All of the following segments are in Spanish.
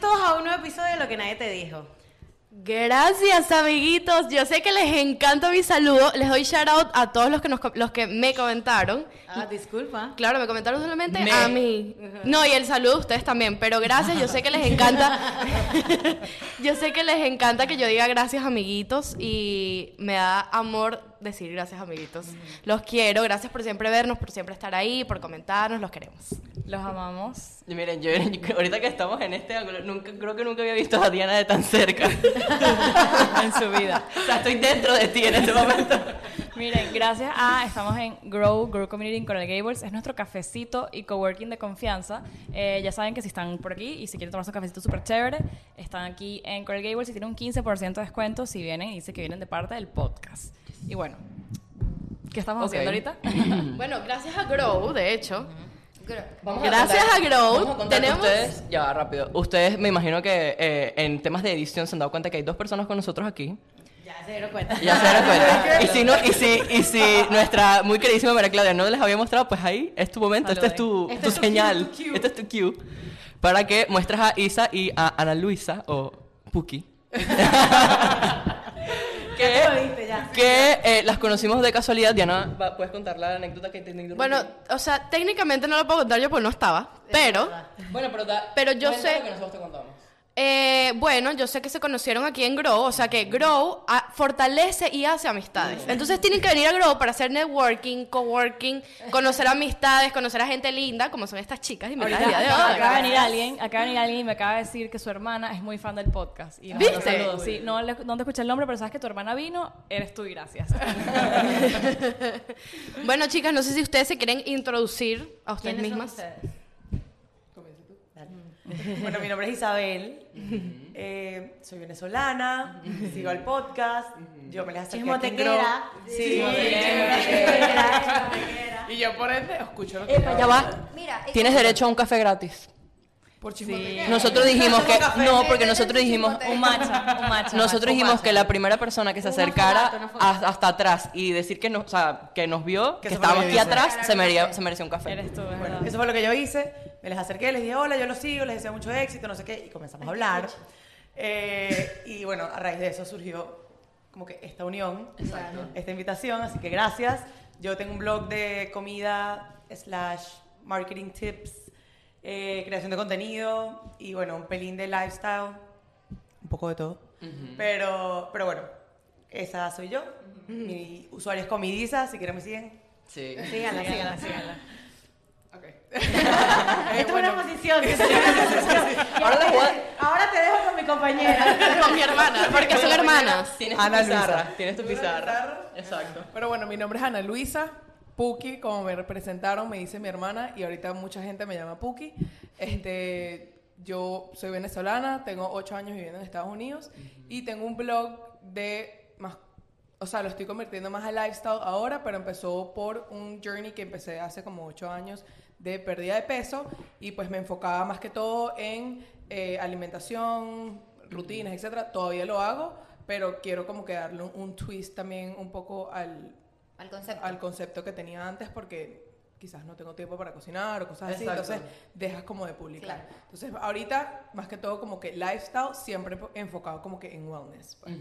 todos a un nuevo episodio de Lo que nadie te dijo. Gracias, amiguitos. Yo sé que les encanta mi saludo. Les doy shout out a todos los que, nos, co- los que me comentaron. Ah, disculpa. Claro, me comentaron solamente Me. a mí. No, y el saludo a ustedes también. Pero gracias, yo sé que les encanta. yo sé que les encanta que yo diga gracias, amiguitos. Y me da amor decir gracias, amiguitos. Los quiero. Gracias por siempre vernos, por siempre estar ahí, por comentarnos. Los queremos. Los amamos. Y Miren, yo, yo- ahorita que estamos en este ángulo, nunca, creo que nunca había visto a Diana de tan cerca. en su vida. o sea, estoy dentro de ti en este momento. Miren, gracias a, estamos en Grow, Grow Community en Coral Gables, es nuestro cafecito y coworking de confianza. Eh, ya saben que si están por aquí y si quieren tomarse un cafecito súper chévere, están aquí en Coral Gables y tienen un 15% de descuento si vienen y dicen que vienen de parte del podcast. Y bueno, ¿qué estamos Ok. haciendo ahorita? Bueno, gracias a Grow, de hecho. Vamos a Gracias contar- a Grow, vamos a contar que Uh, tenemos- Ustedes, ya, va, rápido. Ustedes me imagino que eh, en temas de edición se han dado cuenta que hay dos personas con nosotros aquí. Ya se dieron cuenta. Ya se dieron cuenta. y, si no, y, si, y si nuestra muy queridísima María Claudia no les había mostrado, pues ahí es tu momento, esta es tu, Este tu es tu señal, cue, tu cue. este es tu cue. Para que muestres a Isa y a Ana Luisa o Puki. Ya te lo viste, ya. que eh, las conocimos de casualidad. Diana, va- ¿puedes contar la anécdota que te Bueno, o sea, técnicamente no lo puedo contar yo porque no estaba. Pero, bueno pero, da- pero yo cuenta sé- lo que nosotros te contamos. eh, bueno, yo sé que se conocieron aquí en Grow, o sea que Grow ah, fortalece y hace amistades. Entonces tienen que venir a Grow para hacer networking, coworking, conocer amistades, conocer a gente linda, como son estas chicas y me día Ahorita de acaba, acaba de hoy. venir alguien, acaba de venir alguien y me acaba de decir que su hermana es muy fan del podcast. Y nos ¿Viste? mandó saludos. Sí, no, le- no te escuché el nombre, pero sabes que tu hermana vino, eres tú y gracias. Bueno, chicas, no sé si ustedes se quieren introducir a ustedes ¿Quiénes son mismas. ustedes? Bueno, mi nombre es Isabel. Eh, soy venezolana. Sigo al podcast. Yo me las acerqué aquí en Chismotequera. Grow. Sí, Sí. chismotequera. Y yo por ende escucho lo que Epa, ya va. Mira, es Tienes como- derecho a un café gratis. por chismotequera. Nosotros dijimos que Café. no, porque nosotros dijimos Un matcha, un matcha. nosotros un dijimos matcha. que la primera persona que se Un acercara fogato, una fogata. hasta, hasta atrás y decir que nos, o sea, que nos vio, que, Que se estábamos aquí merecía. atrás, se merecía, se merecía un café. Eres tú, es Bueno, verdad. eso fue lo que yo hice. Me les acerqué, les dije hola, yo los sigo, les deseo mucho éxito, no sé qué. Y comenzamos a hablar. Eh, y bueno, a raíz de eso surgió como que esta unión, esta invitación. Así que gracias. Yo tengo un blog de comida slash marketing tips, eh, creación de contenido y bueno, un pelín de lifestyle, un poco de todo. pero, pero bueno, esa soy yo. Mi usuario es Comidiza, si quieren me siguen. Sí. Síganla, síganla, síganla. Ok. Eh, Esto Ah, es una posición. esto es una posición. Ahora les voy a- Ahora te dejo con mi compañera. Con mi hermana, porque son hermanas. Tienes Ana tu pizarra, Luisa. tienes tu pizarra. Exacto. Pero bueno, mi nombre es Ana Luisa. Puki, como me representaron, me dice mi hermana y ahorita mucha gente me llama Puki. Este, yo soy venezolana, tengo ocho años viviendo en Estados Unidos y tengo un blog de más, o sea, lo estoy convirtiendo más a lifestyle ahora, pero empezó por un journey que empecé hace como ocho años de pérdida de peso y pues me enfocaba más que todo en eh, alimentación, rutinas, etcétera. Todavía lo hago, pero quiero como que darle un- un twist también un poco al, Al concepto. al concepto que tenía antes porque quizás no tengo tiempo para cocinar o cosas así, Exacto. entonces dejas como de publicar. Entonces, ahorita, más que todo, como que lifestyle, siempre po- enfocado como que en wellness. pues.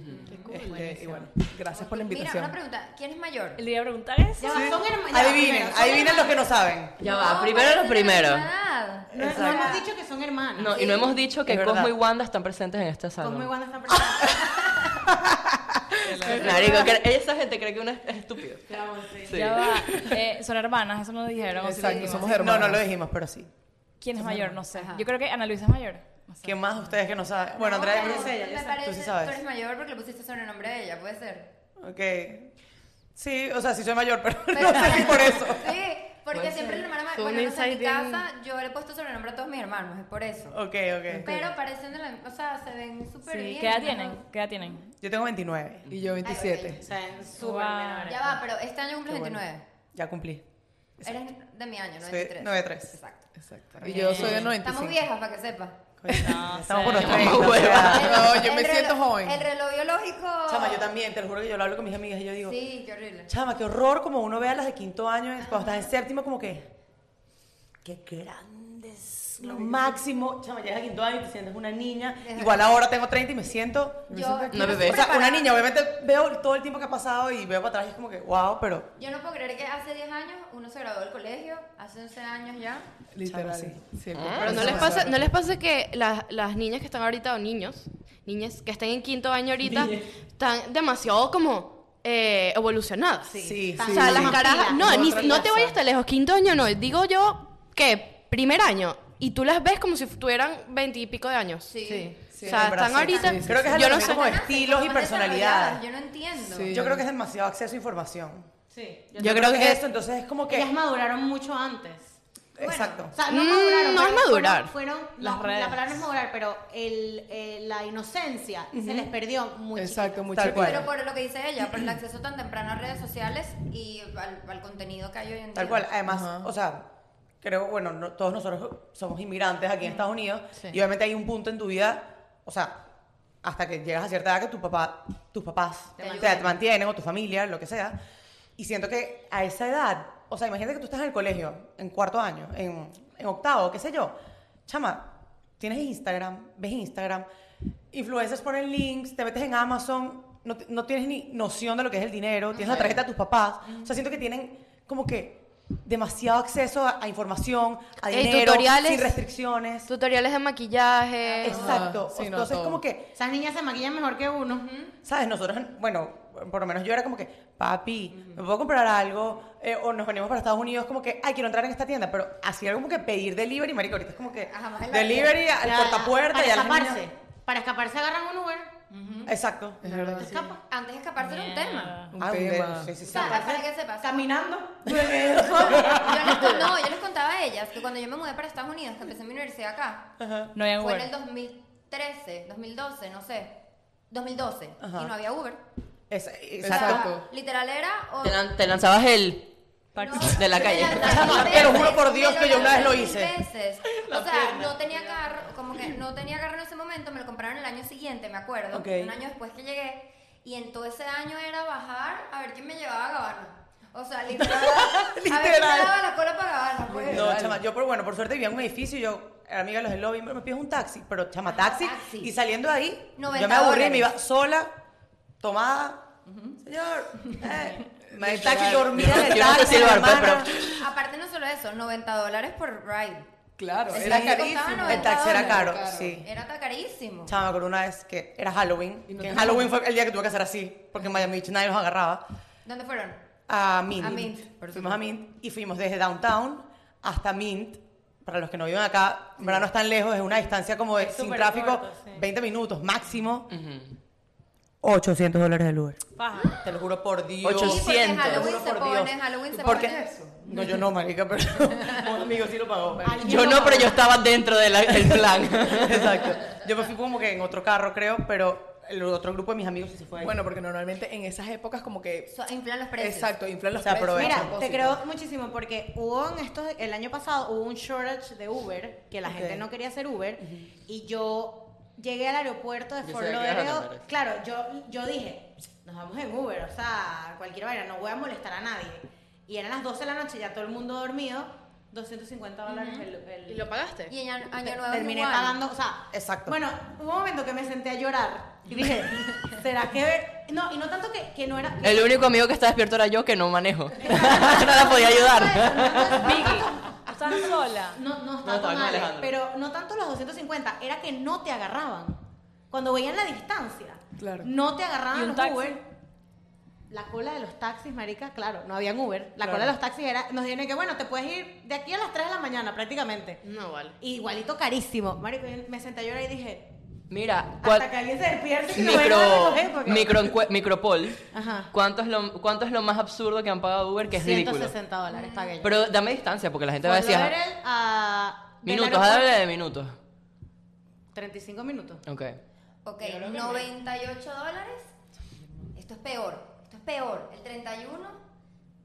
Este, y bueno, gracias por la Mira, una invitación. pregunta. ¿Quién es mayor? El día de preguntar es. Ya va, son hermanas. Adivinen, adivinen los que no saben. Ya No, va, primero parece lo de la primero. misma edad. No, no hemos dicho que son hermanas. No, y no hemos dicho que Es Cosmo verdad. y Wanda están presentes en este esta sala. Cosmo y Wanda están presentes. Marico, que esa gente cree que uno es es estúpido. Sí. Ya va. Eh, son hermanas, eso no lo dijeron. sí lo Exacto, dijimos. somos No, hermanos. no lo dijimos, pero sí. ¿Quién es mayor? No sé. Yo creo que Ana Luisa es mayor. No sé. ¿Quién más de ustedes que no saben? Bueno, No, Andrea, pero tú sí- me parece- tú sí Tú eres sabes. mayor porque le pusiste sobrenombre a ella, puede ser. Ok. Sí, o sea, sí soy mayor, pero Pero- no sé si por eso. Sí, porque siempre el hermano mayor. Fue un Bueno, no sé, en mi inside in. casa yo le he puesto sobrenombre a todos mis hermanos, es por eso. Ok, ok. Pero parecen de la O sea, se ven súper Sí, bien. ¿Qué edad ¿no? tienen? ¿Qué edad tienen? Yo tengo 29. Y yo 27. O sea, súper Wow. menores. Ya va, pero este año cumples Qué bueno. 29. Ya cumplí. Eres de mi año, Soy 93. 93. Exacto. Exacto. Y yo soy de 95. Estamos viejas, para que sepas. Coño, ya Estamos por sé. los 30. o Hueva. sea. No, El- yo me el siento reloj- joven. El reloj biológico. Chama, yo también, te lo juro que yo lo hablo con mis amigas y yo digo, Sí, qué horrible. chama, qué horror como uno ve a las de quinto año, cuando estás en séptimo, como que, qué grandes, lo máximo. Chama, llegas a quinto año y te sientes una niña. Deja- Igual ahora tengo 30 y me siento... Yo, No, yo bebé. estoy O sea, una preparada. niña, obviamente veo todo el tiempo que ha pasado y veo para atrás y es como que, wow, pero... Yo no puedo creer que hace 10 años uno se graduó del colegio, hace 11 años ya. Literal. Chama, Sí, Pero Ah, no les pasa, no les pasa que las, las niñas que están ahorita, o niños, niñas que están en quinto año ahorita, están demasiado como eh, evolucionadas. Sí, O sea, sí. las carajas. No, ni- Otra no te cosa. vayas tan lejos. Quinto año no. Digo yo que primer año. Y tú las ves como si tuvieran veintipico de años. Sí. Sí, o sea, en verdad, están sí. ahorita. Sí, sí, Creo que es yo algo no que sé. como Están así, estilos y más personalidades. desarrolladas, Yo no entiendo. Sí. Yo creo que es demasiado acceso a información. Sí. Yo, Yo creo creo que, que- esto, entonces es como que... Ellas maduraron mucho antes. Exacto. O sea, no Mm, maduraron. no es pero fueron- madurar. Fueron, Las no, redes. La palabra no es madurar, pero el, eh, la inocencia se les perdió muy Exacto, chiquitas. muy Tal chiquita. cual. Pero por lo que dice ella, por el acceso tan temprano a redes sociales y al, al contenido que hay hoy en día. Tal cual. Además, Ajá. o sea, creo, bueno, no- todos nosotros somos inmigrantes aquí en Estados Unidos Sí. y obviamente hay un punto en tu vida, o sea, hasta que llegas a cierta edad que tu papá, tus papás te, Te o sea, ayudan. te mantienen o tu familia, lo que sea. Y siento que a esa edad, o sea, imagínate que tú estás en el colegio, en cuarto año, en, en octavo, qué sé yo. Chama, tienes Instagram, ves Instagram, influencers ponen links, te metes en Amazon, no, te- no tienes ni noción de lo que es el dinero, tienes la tarjeta de tus papás. O sea, siento que tienen como que demasiado acceso a, a información, a Ey, dinero, tutoriales. sin restricciones. Tutoriales de maquillaje. Exacto. Ajá, sí, no, Entonces, todo. como que Esas niñas se maquillan mejor que uno. ¿Sabes? Nosotros, bueno, por lo menos yo era como que, papi, ¿me puedo comprar algo? Eh, o nos venimos para Estados Unidos como que, ay, quiero entrar en esta tienda. Pero así era como que pedir delivery, marico. Ahorita es como que Ajá, más en la delivery tienda. al Ya, portapuerta Para y al escaparse. Para escaparse agarran un Uber. Exacto. Es verdad. Te escapan. Antes escaparse era un tema. Un Ah, un tema. dedo, sí, sí, sí. O sea, para que sepas. Caminando. Yo les, con- no, yo les contaba a ellas que cuando yo me mudé para Estados Unidos, que empecé mi universidad acá, No había fue en el Uber. 2013, 2012, no sé. 2012. Ajá. Y no había Uber. Es- O sea, exacto. Exacto. literal era. O, Te, lan- te lanzabas el... No, de la me calle. lanzaba Chama, mil te lo juro veces, por Dios me que yo una vez lo lanzaba hice. mil veces. O sea, no tenía carro, como que no tenía carro en ese momento, me lo compraron el año siguiente, me acuerdo, Ok. un año después que llegué, y en todo ese año era bajar a ver quién me llevaba a Gabarna. O sea, literal, a ver quién Literal. me daba la cola para Gabarna, pues. No, chama, yo por bueno, por suerte vivía en un edificio y yo era amiga de los del lobby, me pides un taxi, pero chama, taxi, Ah, taxi. y saliendo de ahí, yo 90 me aburrí, dólares. me iba sola, tomada, señor, eh, me el taxi dormida en el Yo no sé taxi, si lo haré, hermana. Aparte no solo eso, 90 dólares por ride. Claro, Sí, era sí, contaba carísimo. 90 El taxi era caro, dólares. sí. Era tan carísimo. Chama, me acuerdo una vez que era Halloween, Y no que te en Halloween fue el día que tuve que hacer así, porque en Miami Beach nadie los agarraba, ¿Dónde fueron? a Mint. A Mint, por Fuimos a Mint y fuimos desde Downtown hasta Mint. Para los que no viven acá, en verdad no es tan lejos, es una distancia como de, sin súper tráfico, corto, sí. 20 minutos máximo. 800 dólares del Uber. Paja. Te lo juro por Dios. Sí, 800. porque en 200, Te Halloween lo se juro por pone, Dios. Halloween se ¿Por pone. qué? No, yo no, marica, pero un amigo sí lo pagó. Alguien Yo lo no, pero pagó. yo estaba dentro de la- del plan. Exacto. Yo me fui como que en otro carro, creo, pero el otro grupo de mis amigos sí se fue. ahí. Bueno, porque normalmente en esas épocas como que... So- inflan los precios. Exacto, inflan los Se precios. aprovecha. a Mira, te propósito. creo muchísimo porque hubo en estos, el año pasado hubo un shortage de Uber, que la Ok. gente no quería hacer Uber, y yo llegué al aeropuerto de Yo Fort sabía que ibas a Lauderdale. cambiar eso. Claro, yo, yo dije, nos vamos en Uber, o sea, cualquier vaina, no voy a molestar a nadie. Y eran las 12 de la noche, ya todo el mundo dormido, 250 dólares el- el- ¿Y lo pagaste? Y en año, año Te- nuevo es terminé igual. pagando, o sea, Exacto. Bueno, hubo un momento que me senté a llorar y dije, ¿será que no? Y no tanto que, que no era que- El único amigo que está despierto era yo que no manejo. no la podía ayudar. Vicky, tú estás sola. no no estaba No, estaba tan con mal, Alejandro. pero no tanto los 250, era que no te agarraban. Cuando veían la distancia, Claro. no te ¿Y agarraban un los taxi? Uber. La cola de los taxis, marica, claro, no habían Uber. La Claro. cola de los taxis era, nos dijeron que bueno, te puedes ir de aquí a las 3 de la mañana prácticamente. No vale. Igualito carísimo. Marico, yo me senté a llorar y dije, Mira, cua- hasta que alguien se despierte que me micro, vayan a recoger, porque- micro, encue- micropol. Ajá. ¿Cuánto es, lo, ¿Cuánto es lo más absurdo que han pagado Uber? Que es ridículo. 160 dólares pagué yo. Pero dame distancia, porque la gente va a Fort decir... "Ah, Lauderdale a... del Minutos, aeropuerto, háblale de minutos. 35 minutos. Ok. Ok, 98 dólares. Esto es peor. Esto es peor. El 31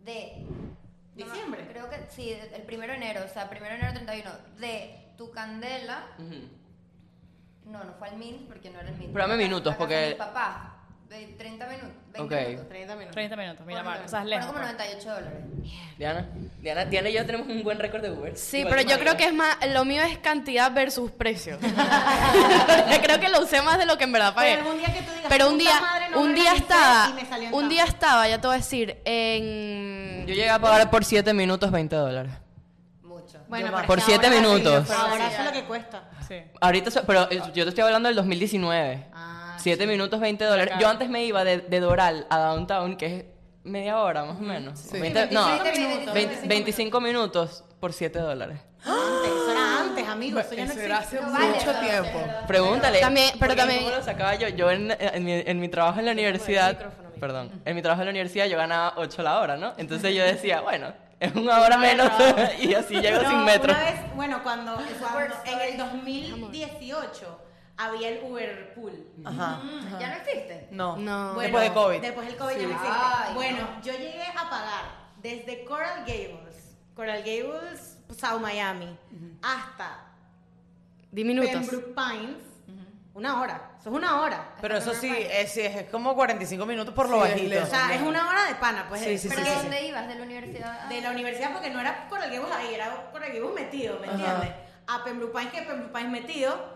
de. no me- Diciembre. creo que sí, el primero de enero. O sea, primero de enero 31. De tu candela. Ujú. No, no fue al MINT porque no era el MINT. Pero dame minutos, La casa porque- de mi papá. de 30 minutos. 20 Ok. minutos. 30 minutos. 30 minutos, Miramar. O sea, es Fueron lejos. como pues. 98 dólares. Diana, Diana, Diana y yo tenemos un buen récord de Uber. Sí, Igual pero que yo creo Mariana. que es más, lo mío es cantidad versus precio. Porque creo que lo usé más de lo que en verdad pagué. Pero algún día que tú digas, Pero un "Puta día, madre, no me un día organicé estaba, y me salió en un tanto". día estaba, ya te voy a decir, en... Yo llegué a pagar por 7 minutos 20 dólares. Mucho. Bueno, Yo pero por es que siete ahora- minutos. Ahora eso es lo que cuesta. Sí. Ahorita, so- pero eh, yo te estoy hablando del 2019. Ah, 7 minutos 20 dólares. Yo antes me iba de, de Doral a Downtown, que es media hora más o menos. Sí. 20 no, 25 20 minutos. 25 minutos por 7 dólares. Antes, eso era antes, amigo. Eso ya no Eso era existe. hace No vale, mucho no, tiempo. Pregúntale. También- pero porque también- ¿Cómo lo sacaba yo? Yo en, en mi, en mi trabajo en la universidad. Perdón. En mi trabajo en la universidad yo ganaba 8 la hora, ¿no? Entonces yo decía, bueno, es una hora menos y así llego No, sin metro. Una vez, bueno, cuando, cuando en story. el 2018 había el Uber Pool. Ajá. Mm, Ya no existe. No. No. Bueno, Después de COVID. Después del COVID ya no existe. Ay, bueno, yo llegué a pagar desde Coral Gables, Coral Gables, South Miami, hasta 10 minutos. Pembroke Pines, una hora. Eso es una hora. Pero eso sí, es, sí, es como 45 minutos por lo Sí, es bajito. O sea, es una hora de pana, pues. Sí, sí, ¿Pero sí, de sí. dónde ibas? ¿De la universidad? De la universidad, porque no era Coral Gables ahí, era Coral Gables metido, ¿me entiendes? A Pembroke Pines, que Pembroke Pines metido,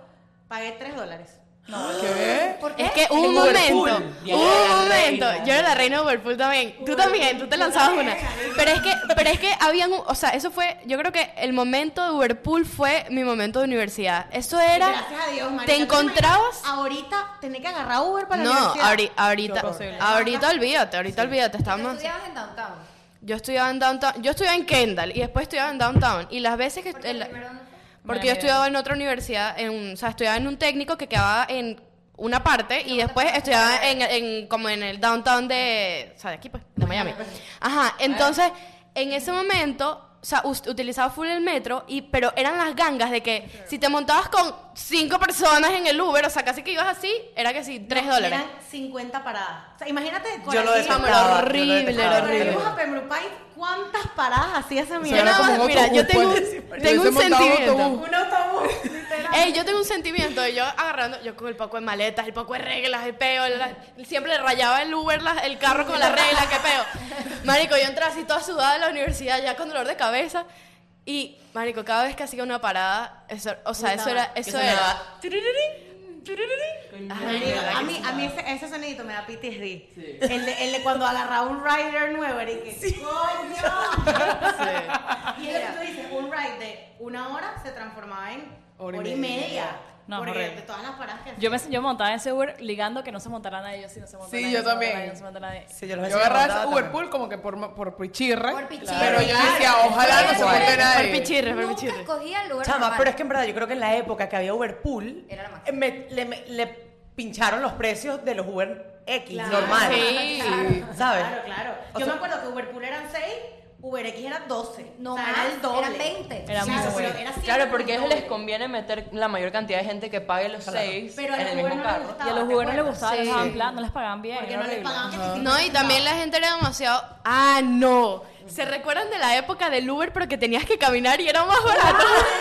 pagué 3 dólares. ¿Qué? ¿Por qué? Es que hubo un Uberpool. momento, Yo hubo era la un momento, reina. yo era la reina de Uberpool también, tú también, tú te lanzabas una, pero es que, pero es que habían, un- o sea, eso fue, yo creo que el momento de Uberpool fue mi momento de universidad, eso era, Gracias a Dios, María. te encontrabas, Ahorita tenés que agarrar Uber para la no, universidad. ahori- ahorita, ahorita olvídate, ahorita olvídate, Ah, ¿Tú estamos, estudiabas en downtown? yo estudiaba en downtown, yo estudiaba en Kendall y después estudiaba en downtown y las veces que, ¿Por qué el- primero dónde fue? porque Maravilla. yo estudiaba en otra universidad, en, un- o sea, estudiaba en un técnico que quedaba en una parte y después estudiaba en, en- como en el downtown de, o sea, de aquí pues, de Miami. Ajá, entonces en ese momento, o sea, us- utilizaba full el metro y pero eran las gangas de que si te montabas con cinco personas en el Uber, o sea, casi que ibas así, era que sí, tres dólares. Eran 50 paradas. O sea, imagínate. Yo lo Coral Gables, Chamo, detestaba. yo lo horrible, detestaba. era Pero horrible. llegamos a Pembroke Pines, ¿cuántas paradas hacía esa Yo mierda? Era nada como más- un mira, yo autobús, tengo, pues. tengo un Hubiese montado un sentimiento. autobús. Un autobús, literal. Ey, yo tengo un sentimiento de yo agarrando, yo con el poco de maletas, el poco de reglas, el peo, la- siempre le rayaba el Uber, la- el carro con la regla, qué peo. Marico, yo entraba así toda sudada de la universidad, ya con dolor de cabeza. Y, marico, cada vez que hacía una parada, eso- o sea, eso era, eso era. sonaba. tururirín, tururirín. Ajá. Amigo, a mí, a mí ese, ese sonidito me da PTSD. El, de, el de cuando agarraba un rider nuevo, era y que, ¡coño! Y eso que tú dices, un ride de una hora se transformaba en hora y, media. No, porque horrible. de todas las paradas que Yo, me, yo montaba en ese Uber ligando que no se montara nadie. Yo sí, no se montara Sí, nadie. yo no se montara también. nadie, no se montara nadie. Sí, yo los Yo agarraba ese Uberpool como que por, por pichirra. Por pichirra, Pero yo claro. decía, ojalá no se Igual. monte Por nadie. pichirre, por Nunca pichirre. escogía el lugar Chama, normal. pero es que en verdad yo creo que en la época que había Uberpool, Era la máxima. me- le, me- le pincharon los precios de los Uber X normal. Sí. ¿Sabes? Claro, claro. O Yo me sea- acuerdo que Uberpool eran 6, UberX era 12. No o sea, más, era el doble. eran 20. Era Claro, muy pero bueno. era siempre Claro, porque a el ellos les doble. conviene meter la mayor cantidad de gente que pague los seis Pero a en los el Uber no mismo les carro. gustaba. Y a los Uber no les ¿te gustaba, Sí. les daban plan, no les pagaban bien. Porque era no les horrible. pagaban que sí, sí, No, sí, y sí, también sí. la gente era demasiado. Ah, no. ¿Se recuerdan de la época del Uber pero que tenías que caminar y era más barato?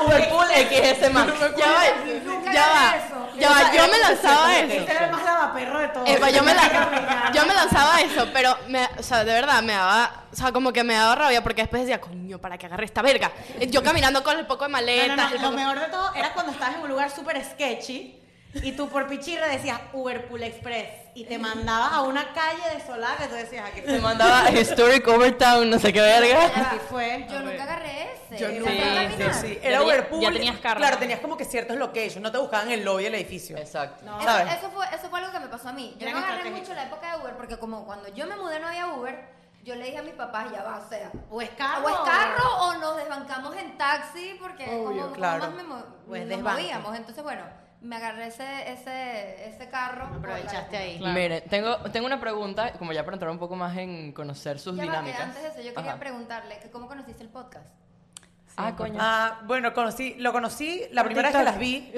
Uberpool XS más. Ya va, ya va, ya va, yo me lanzaba eso. Este era el más lavaperro de todos. Epa, yo me, la- yo me lanzaba eso, pero me, o sea, de verdad me daba, o sea, como que me daba rabia porque después decía, coño, para que agarre esta verga. Yo caminando con el poco de No, maletas. no, no, Lo el poco- mejor de todo era cuando estabas en un lugar súper sketchy y tú por pichirre decías Uberpool Express y te mandabas a una calle desolada que tú decías aquí Se mandaba Historic Overtown, no sé qué verga. Así fue. Yo nunca agarré ese. Yo ¿Te nunca. hacían Sí, caminar? Sí, Ya era tenía- Uberpool. ya tenías carro. Claro, tenías como que ciertos locations, no te buscaban el lobby del edificio. Exacto. No. Eso, ¿Sabes? eso fue, eso fue algo que me pasó a mí. Yo Gran no agarré estrategia. mucho la época de Uber porque como cuando yo me mudé no había Uber, yo le dije a mis papás, ya va, o sea, O es carro. o es carro o nos desbancamos en taxi porque Obvio, como, como claro. más me mo- Pues nos desbanque. movíamos. Entonces, bueno, me agarré ese, ese, ese carro. por la Aprovechaste época. ahí. Mire, tengo, tengo una pregunta, como ya para entrar un poco más en conocer sus Ya va, que dinámicas. antes de eso, yo quería Ajá. preguntarle que cómo conociste el podcast. Ah, coño. Ah, bueno, conocí, lo conocí, la primera vez que las vi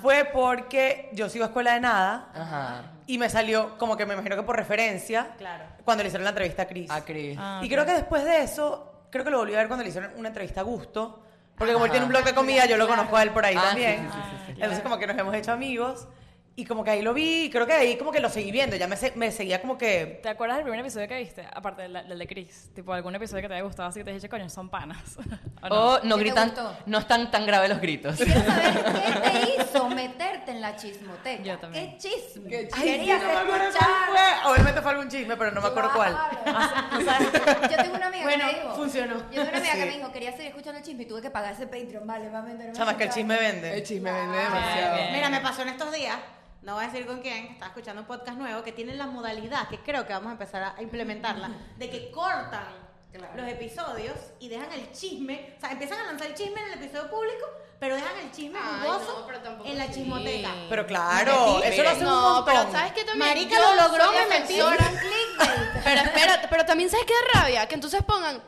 fue porque yo sigo a escuela de nada Ajá. y me salió como que me imagino que por referencia Claro. cuando le hicieron la entrevista a Chris. A Cris. Ah, y ok. creo que después de eso, creo que lo volví a ver cuando le hicieron una entrevista a gusto. Porque como él Ajá. tiene un blog de comida, yo lo conozco a él por ahí Ah, sí, también. sí, sí, sí, sí. Entonces como que nos hemos hecho amigos. Y como que ahí lo vi, y creo que ahí como que lo seguí viendo, ya me, se- me seguía como que... ¿Te acuerdas del primer episodio que viste? Aparte del, del de Chris. Tipo, algún episodio que te haya gustado así que te dije, coño, son panas. ¿O no? O no ¿Qué te gritan, gustó? no están tan graves los gritos. Quiero saber qué te hizo meterte en la chismoteca. Yo también. ¿Qué chisme? Qué chisme. Querías no me acuerdo escuchar. cuál fue. Obviamente fue algún chisme, pero no me acuerdo cuál. Claro. Yo tengo una amiga Bueno, que me dijo. funcionó. Yo tengo una amiga que Sí. me dijo, quería seguir escuchando el chisme y tuve que pagar ese Patreon. Vale, va a vender más Chama, que el chisme El vende. chisme vende demasiado. bien. Mira, me pasó en estos días, no voy a decir con quién, estaba escuchando un podcast nuevo que tiene la modalidad, que creo que vamos a empezar a implementarla, de que cortan los episodios y dejan el chisme, o sea, empiezan a lanzar el chisme en el episodio público, pero dejan el chisme Ay, jugoso no, pero tampoco en la así. chismoteca. Pero claro, Miren, eso lo hace un No, pero montón. ¿sabes qué también? Marica, Yo lo logró, soy me metí. defensora. clickbait. Pero espérate, pero también sabes qué da rabia, que entonces pongan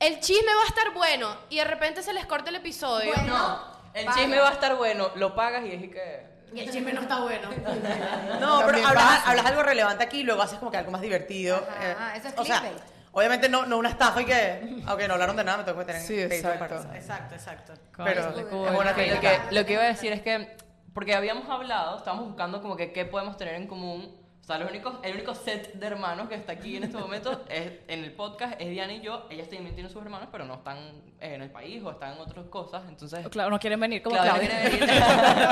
el chisme va a estar bueno y de repente se les corta el episodio. Bueno, El paga. chisme va a estar bueno, lo pagas y es que... Y el chisme no está bueno. No, También pero hablas, pasa. hablas algo relevante aquí y luego haces como que algo más divertido. Eh, Ajá, eso es o sea, clickbait. obviamente no, no una estafa y que, aunque no hablaron de nada, me tengo que tener Sí, exacto. Exacto, exacto. Pero Coño, es cool. buena Lo técnica. que, lo que iba a decir es que, porque habíamos hablado, estábamos buscando como que qué podemos tener en común. O sea, los únicos, el único set de hermanos que está aquí en este momento es, en el podcast es Diana y yo. Ellas también tienen sus hermanos, pero no están eh, en el país o están en otras cosas. Entonces, Claro, no quieren venir como Claudia Claudio. quiere venir.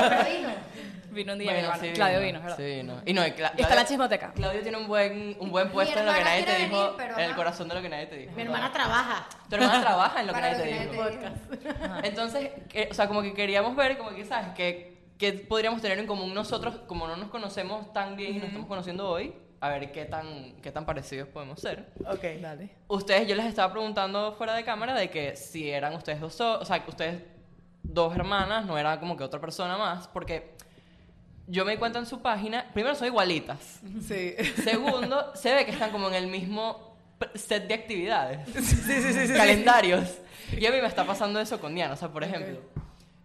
Pero vino. Vino un día, mi Bueno, hermano. sí Claudio vino, es ¿verdad? Sí vino. Y no, y Y Cla- está en la Claudio- chismoteca. Claudio tiene un buen, un buen puesto en lo que hermana nadie te quiere dijo, venir, pero en el ajá. corazón de lo que nadie te dijo. Mi hermana trabaja. Tu hermana trabaja en lo que Para nadie te lo que nadie dijo. te dijo. Entonces, que- o sea, como que queríamos ver, como que, ¿sabes? ¿Qué, qué podríamos tener en común nosotros, como no nos conocemos tan bien y nos estamos conociendo hoy? A ver qué tan, qué tan parecidos podemos ser. Ok. Dale. Ustedes, yo les estaba preguntando fuera de cámara de que si eran ustedes dos, so- o sea, que ustedes dos hermanas, no era como que otra persona más, porque yo me di cuenta en su página, primero son igualitas, Sí. segundo, se ve que están como en el mismo p- set de actividades, calendarios. Y a mí me está pasando eso con Diana, o sea, por ejemplo,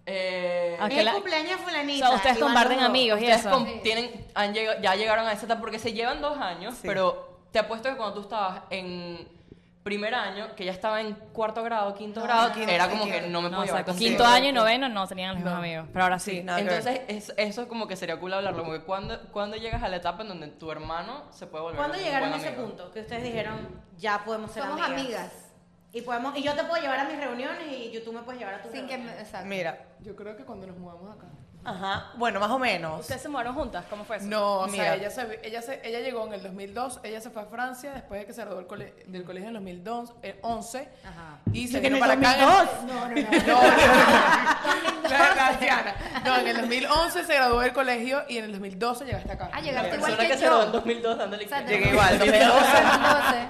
eh, Ah, que Es la- cumpleaños O fulanita. sea, ustedes y van comparten los dos. amigos y Ustedes eso. com- tienen, han llegado- ya llegaron a esa etapa porque se llevan dos años, Sí. pero te apuesto que cuando tú estabas en primer año, que ya estaba en cuarto grado, quinto grado, era como que no me No, podía llevar exacto. con Quinto ella. año y noveno no tenían los mismos amigos. Pero ahora sí. Sí, nada que ver. Entonces, es- eso es como que sería cool hablarlo, porque cuando, cuando llegas a la etapa en donde tu hermano se puede volver ¿Cuándo un llegaron a buen ese amigo? punto que ustedes dijeron, ya podemos ser Somos amigas? amigas. Y, podemos, y yo te puedo llevar a mis reuniones y yo- tú me puedes llevar a tus Sin que reuniones. me, exacto. Mira, Yo creo que cuando nos mudamos acá. ajá, bueno, más o menos. ¿Ustedes se mudaron juntas? ¿Cómo fue eso? No, o Mira. sea, ella, se, ella, se- ella llegó en el 2002, ella se fue a Francia después de que se graduó del, cole- del colegio en el 2011 Ajá. y ¿De se que vino en para el acá. en el- 2002? No, no, no. No, no, la, la anciana. No, en el 2011 se graduó del colegio y en el 2012 llegaste acá. Ah, La llegaste igual persona que, que se graduó en yo. 2002 dándole O sea, clic. te- Llegué igual, 2012.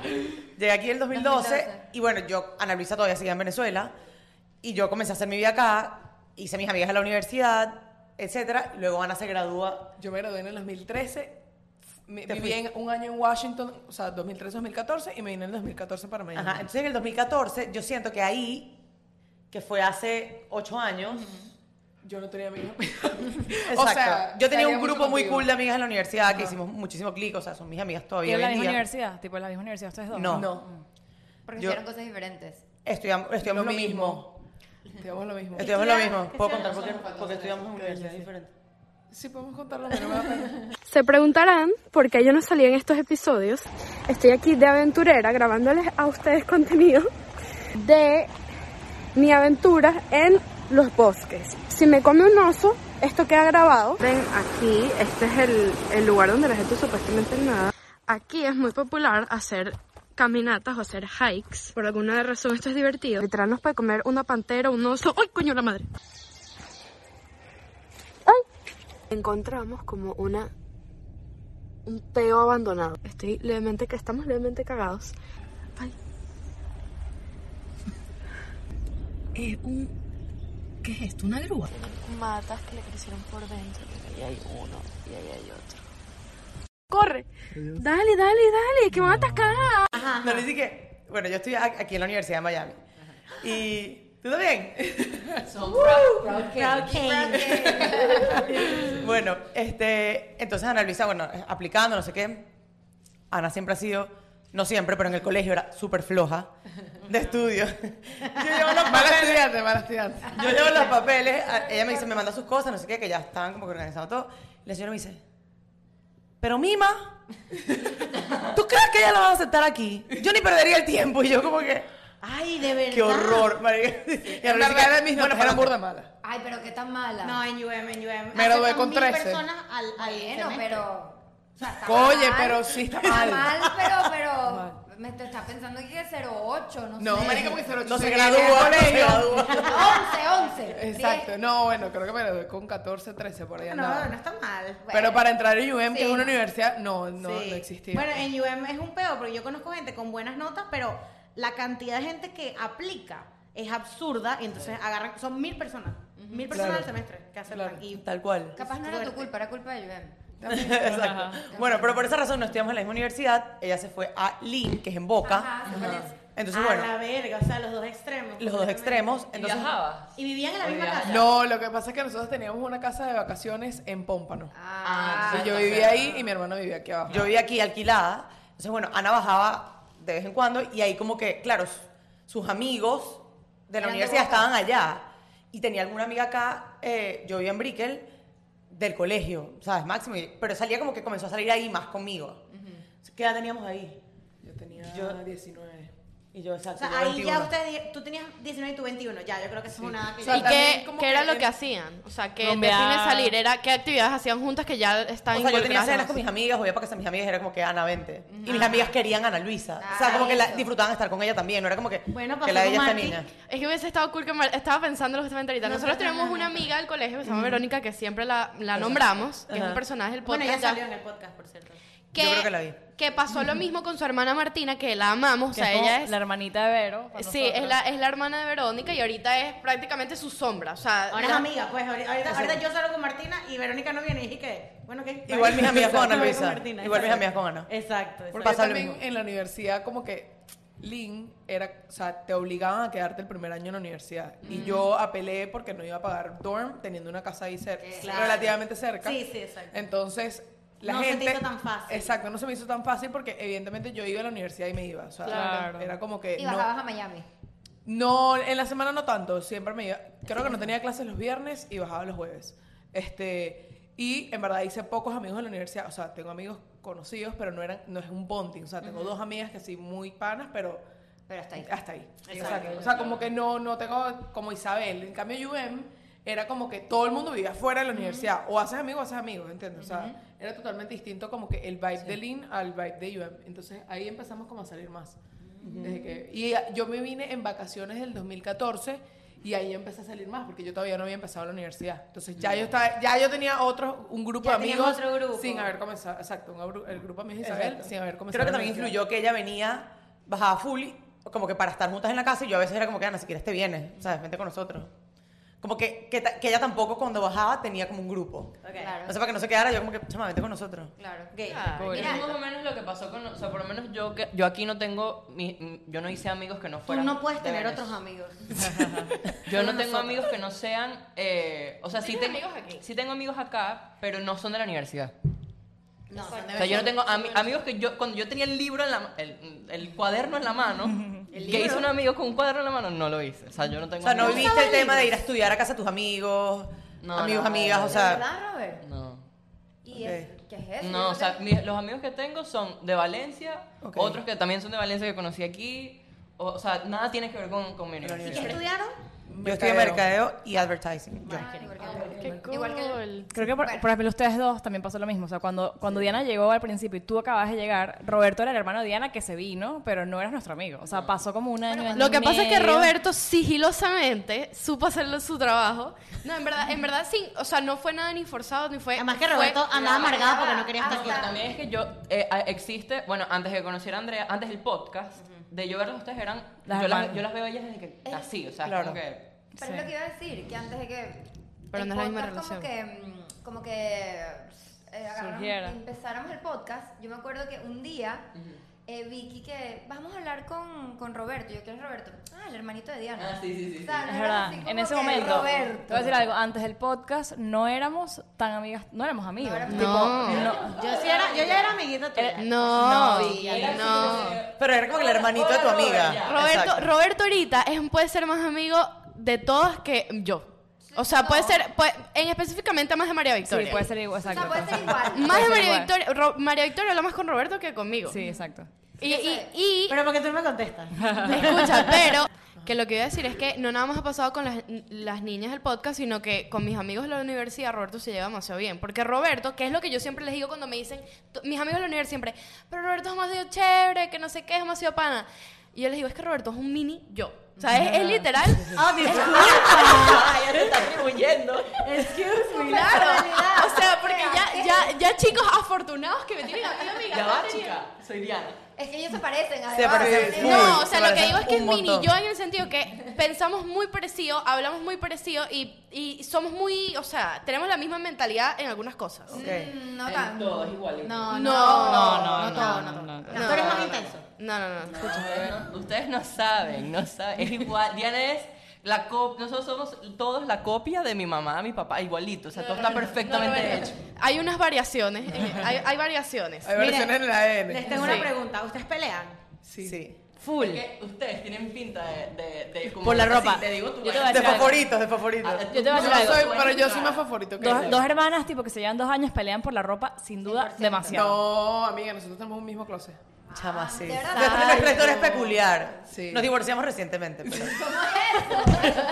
2012. Llegué aquí en el 2012, 2012. y bueno, yo, Ana Luisa todavía seguía en Venezuela y yo comencé a hacer mi vida acá, hice mis amigas en la universidad, etcétera, y luego Ana se gradúa. Yo me gradué en el 2013. me- Te viví en un año en Washington, o sea, 2013-2014, y me vine en el 2014 para Miami. Ajá, entonces en el 2014 yo siento que ahí, que fue hace ocho años, Yo no tenía amigos. exacto, yo tenía un grupo muy cool de de... amigas en la universidad que hicimos muchísimo clic, o sea, son mis amigas todavía ¿Tienen hoy la en misma día. universidad? ¿Tipo en la misma universidad ustedes dos? No. No, Porque Yo- hicieron cosas diferentes. Estudiamos, estudiamos lo, lo mismo. mismo. Mm. Estudiamos lo mismo. Estudiamos lo mismo. ¿Qué Puedo sea? contar porque, porque estudiamos en universidades diferentes. Sí, podemos contarlo, pero me da pena. Se preguntarán por qué yo no salí en estos episodios. Estoy aquí de aventurera grabándoles a ustedes contenido de mi aventura en los bosques. Si me come un oso, esto queda grabado. Ven aquí, este es el, el lugar donde la gente supuestamente nada. Aquí es muy popular hacer caminatas o hacer hikes. Por alguna razón esto es divertido. Literal nos puede comer una pantera, un oso. ¡Ay, coño la madre! ¡Ay! Encontramos como una un peo abandonado. Estoy levemente, que estamos levemente cagados. Ay. Es Eh, un, ¿qué es esto? Una grúa. Matas que le crecieron por dentro. Ahí hay uno y ahí hay otro. Corre, dale, dale, dale, que me van a atascar. No, le dije que, bueno, yo estoy a- aquí en la Universidad de Miami. Y, ¿tú también? Son proud- Bueno, este, entonces Ana Luisa, bueno, aplicando, no sé qué. Ana siempre ha sido No siempre, pero en el colegio era súper floja de estudio. Yo llevo los Mala papeles, estudiante, mala estudiante. yo llevo los papeles, a- ella me dice, me manda sus cosas, no sé qué, que ya estaban como que organizando todo. Y la señora me dice, pero Mima, ¿tú crees que ella la va a aceptar aquí? Yo ni perdería el tiempo. Y yo como que, Ay, de verdad. qué horror. marica. Y En ahora ni verdad, siquiera- eran mis bueno, notas para eran burda burda. mala. Ay, pero qué tan mala. No, en UM, en UM. Me gradué Aceptan con mil 13. personas al, al Bueno, semestre. pero. o sea, está Coye, mal. pero sí está mal. mal, pero, pero. Me te está pensando que es 08, no, No, sé. marica, porque se lo No se llegué al gradúa, no se colegio. gradúa. 11, 11. Exacto, no, bueno, creo que me gradué con 14, 13, por Ah, ahí andaba. No, no está mal. Pero para entrar en UM, que Sí, es una no. universidad, no, no, Sí. no existía. Bueno, en UM es un peor, porque yo conozco gente con buenas notas, pero la cantidad de gente que aplica es absurda, y entonces agarran, son mil personas, mil personas Claro. al semestre que aceptan. Claro. Y Tal cual. Capaz no era tu culpa, era culpa de Juven. Exacto. Bueno, pero por esa razón no estudiamos en la misma universidad. Ella se fue a Lynn, que es en Boca. Ajá, se parece. Entonces, a bueno, la verga, o sea, los dos extremos. los dos extremos. Entonces, viajabas? Y vivían en la Hoy misma viaja. casa. No, lo que pasa es que nosotros teníamos una casa de vacaciones en Pómpano. Ah, y yo entonces- vivía ahí y mi hermano vivía aquí abajo. Yo vivía aquí alquilada. Entonces, bueno, Ana bajaba de vez en cuando y ahí como que, claro, s- sus amigos de la Eran de universidad Boca. estaban allá. Y tenía alguna amiga acá, eh, yo vivía en Brickell, del colegio, ¿sabes? Máximo. y- Pero salía como que comenzó a salir ahí más conmigo. ¿Qué edad teníamos ahí? Yo tenía Yo- 19. Y yo, O exacto, sea, yo ahí 21. ya ustedes, tú tenías 19 y tú 21, ya, yo creo que eso es una... Que O ¿Y sea, ya- también qué, como qué que era lo en- que hacían? O sea, ¿qué Rumbear. define salir? Era, ¿Qué actividades hacían juntas que ya están O sea, yo tenía cenas involucradas? con mis amigas, voy a para casa de mis amigas y era como que Ana, vente. Y mis amigas querían a Ana Luisa. o sea, Ah, como que la, eso. disfrutaban estar con ella también. No era como que, Bueno, que pasó la de con ella está Marty. niña. Es que hubiese estado cool que Mar- estaba pensando justamente ahorita. No, Nosotros no, no, tenemos no, una no. amiga del colegio que se llama Verónica, que siempre la, la nombramos, que es un personaje del Bueno, podcast. ya ya. salió en el podcast, por cierto. que, Yo creo que la vi. que pasó lo mismo con su hermana Martina, que la amamos. O que sea, es como ella es. la hermanita de Vero. para Sí, es nosotros. la, es la hermana de Verónica y ahorita es prácticamente su sombra. O sea, Ahora es la- amiga, pues, ahorita, ahorita- ahorita yo salgo con Martina y Verónica no viene, y dije que, bueno, ¿qué? Igual mis amigas con Ana Salgo Luisa. Martina, Igual mis exacto. amigas con Ana. Exacto, exacto. Por Yo Pasa lo también mismo. en la universidad como que Lin era, o sea, te obligaban a quedarte el primer año en la universidad. Mm. Y yo apelé porque no iba a pagar dorm teniendo una casa ahí cerca, Eh, Claro. relativamente cerca. Sí, sí, Eh, exacto. Entonces, la No se te gente... hizo tan fácil. Exacto, no se me hizo tan fácil porque evidentemente yo iba a la universidad y me iba. O sea, Claro. era como que... Eh, Y no- bajabas a Miami. no, en la semana no tanto, siempre me iba. Creo que no tenía clases los viernes y bajaba los jueves. Este, y en verdad hice pocos amigos en la universidad, o sea, tengo amigos conocidos, pero no eran no es un bonding, o sea, tengo dos amigas que sí muy panas, pero Pero hasta ahí. hasta ahí. Exacto. O sea, como que no no tengo como Isabel, en cambio UM era como que todo el mundo vivía fuera de la universidad, o haces amigos o haces amigos, ¿entiendes? O sea, era totalmente distinto como que el vibe de Lin al vibe de UM. Entonces, ahí empezamos como a salir más. Desde que- y a- yo me vine en vacaciones del 2014 y ahí empecé a salir más porque yo todavía no había empezado la universidad. Entonces ya yo estaba, ya yo tenía otro, un grupo Ya de tenías amigos otro grupo. sin haber comenzado, exacto, un abru- el grupo de amigos de Isabel Exacto. sin haber comenzado. Creo que la también universidad. influyó que ella venía, bajaba full, y- como que para estar juntas en la casa, y yo a veces era como que, Ana, si quieres te vienes, ¿sabes? Vente con nosotros. Como que, que, ta- que ella tampoco cuando bajaba tenía como un grupo. Claro. O sea, para que no se quedara, yo como que, chama, vente con nosotros. Claro. Gay. Eso es más o menos lo que pasó con, o sea, por lo menos yo que yo aquí no tengo, mi- mi- yo no hice amigos que no Tú fueran. no puedes de tener Venezuela. otros amigos. Yo Solo no tengo nosotros. amigos que no sean, eh, o sea, sí tengo amigos aquí. Sí tengo amigos acá, pero no son de la universidad. No, son de O sea, yo no verdad. tengo ami- amigos que yo cuando yo tenía el libro en la el, el cuaderno en la mano, que hice un amigo con un cuaderno en la mano, no lo hice. O sea, yo no tengo O sea, no amigos. viviste el tema de ir a estudiar a casa de tus amigos, No, amigos, no, amigas, o no. sea... ¿Verdad, Robert? No. ¿Y es, qué es eso? No, o sea, mi- los amigos que tengo son de Valencia, Ok. otros que también son de Valencia que conocí aquí. O, o sea, nada tiene que ver con, con ¿Y mi universidad. qué estudiaron? Yo estoy en mercadeo y advertising. yo. Igual que Creo que por, por ejemplo ustedes dos también pasó lo mismo. O sea, cuando, cuando Diana llegó al principio y tú acabas de llegar, Roberto era el hermano de Diana que se vino, pero no eras nuestro amigo. O sea, pasó como un año. año Lo y que pasa es que medio. Roberto sigilosamente supo hacerlo su trabajo. No, en verdad, en verdad sí, o sea, no fue nada ni forzado ni fue. Además que fue- Roberto andaba amargado porque no quería Ah, estar no, aquí. También es que yo, eh, a- existe, bueno, antes de conocer a Andrea, antes del podcast, de yo verlos a ustedes eran, Las yo, las, hermanas. yo las veo a ellas desde que así, o sea, Claro. como que... Pero es lo que iba a decir, que antes de que. Pero el no es la misma podcast como Que, mm, como que. eh, agarráramos- Surgiera. empezáramos el podcast, yo me acuerdo que un día eh, Vicky que vamos a hablar con, con Roberto. Yo, ¿quién es Roberto? Ah, el hermanito de Diana. Ah, sí, sí, sí, O sea, sí. no Es era verdad, así como en ese que momento, Roberto. te voy a decir algo, antes del podcast no éramos tan amigas, no éramos amigos. éramos- Tipo, No. no. Yo, sí era, yo ya era amiguita tuya. Eh, No, No, y no. era Pero era como que el hermanito de tu amiga. Roberto, Exacto. Roberto ahorita es, puede ser más amigo de todas que yo. O sea, puede ser, puede- en específicamente más de María Victoria. Sí, puede ser igual, O exacto. sea, puede ser igual. Más de puede ser María igual. Victoria. Ro- María Victoria habla más con Roberto que conmigo. Sí, exacto. Y, y, y- Pero porque tú no me contestas. escucha, pero que lo que iba a decir es que no nada más ha pasado con las, las niñas del podcast, sino que con mis amigos de la universidad Roberto se lleva demasiado bien. Porque Roberto, que es lo que yo siempre les digo cuando me dicen, t- mis amigos de la universidad siempre, pero Roberto es demasiado chévere, que no sé qué, es demasiado pana. Y yo les digo, es que Roberto es un mini yo. O sea, es, es literal. Ah, disculpa. Ah, ya te está atribuyendo. Excuse me. Claro, o sea, porque ya, ya, ya chicos afortunados que me tienen a mí, amiga. Ya va, chica. Soy Diana. Ah, Es que ellos se parecen. además. parecen Sí. Muy, No, o se sea, lo que parecen digo es que es un mini montón. yo en el sentido que pensamos muy parecido, hablamos muy parecido y, y somos muy, o sea, tenemos la misma mentalidad en algunas cosas. Ok. Mm, No En tan. Todo es igualito. No, no, No, no, todo, no, todo. no, no. No, Tú eres más intenso. No, no, no. Ustedes no- Ustedes no saben, no saben. Es igual. Diana es la copia. Nosotros somos todos la copia de mi mamá, mi papá, igualito. O sea, todo está perfectamente hecho. Hay unas variaciones, eh, hay, hay variaciones. Hay versiones en la N. Les tengo una pregunta. ¿Ustedes pelean? Sí. Full. ustedes tienen pinta de. de, de como Por la así, ropa. te digo tú. Yo te voy a De decir algo. favoritos, de favoritos. Ah, Yo te voy a no, decir Yo algo. soy, pero yo soy más favorito que Dos, ella. dos hermanas, tipo, que se llevan dos años, pelean por la ropa, sin duda, 100%. demasiado. No, amiga, nosotros tenemos un mismo closet. Chama, sí. de verdad. Nuestra, nuestra historia es peculiar. Sí. Nos divorciamos recientemente, pero...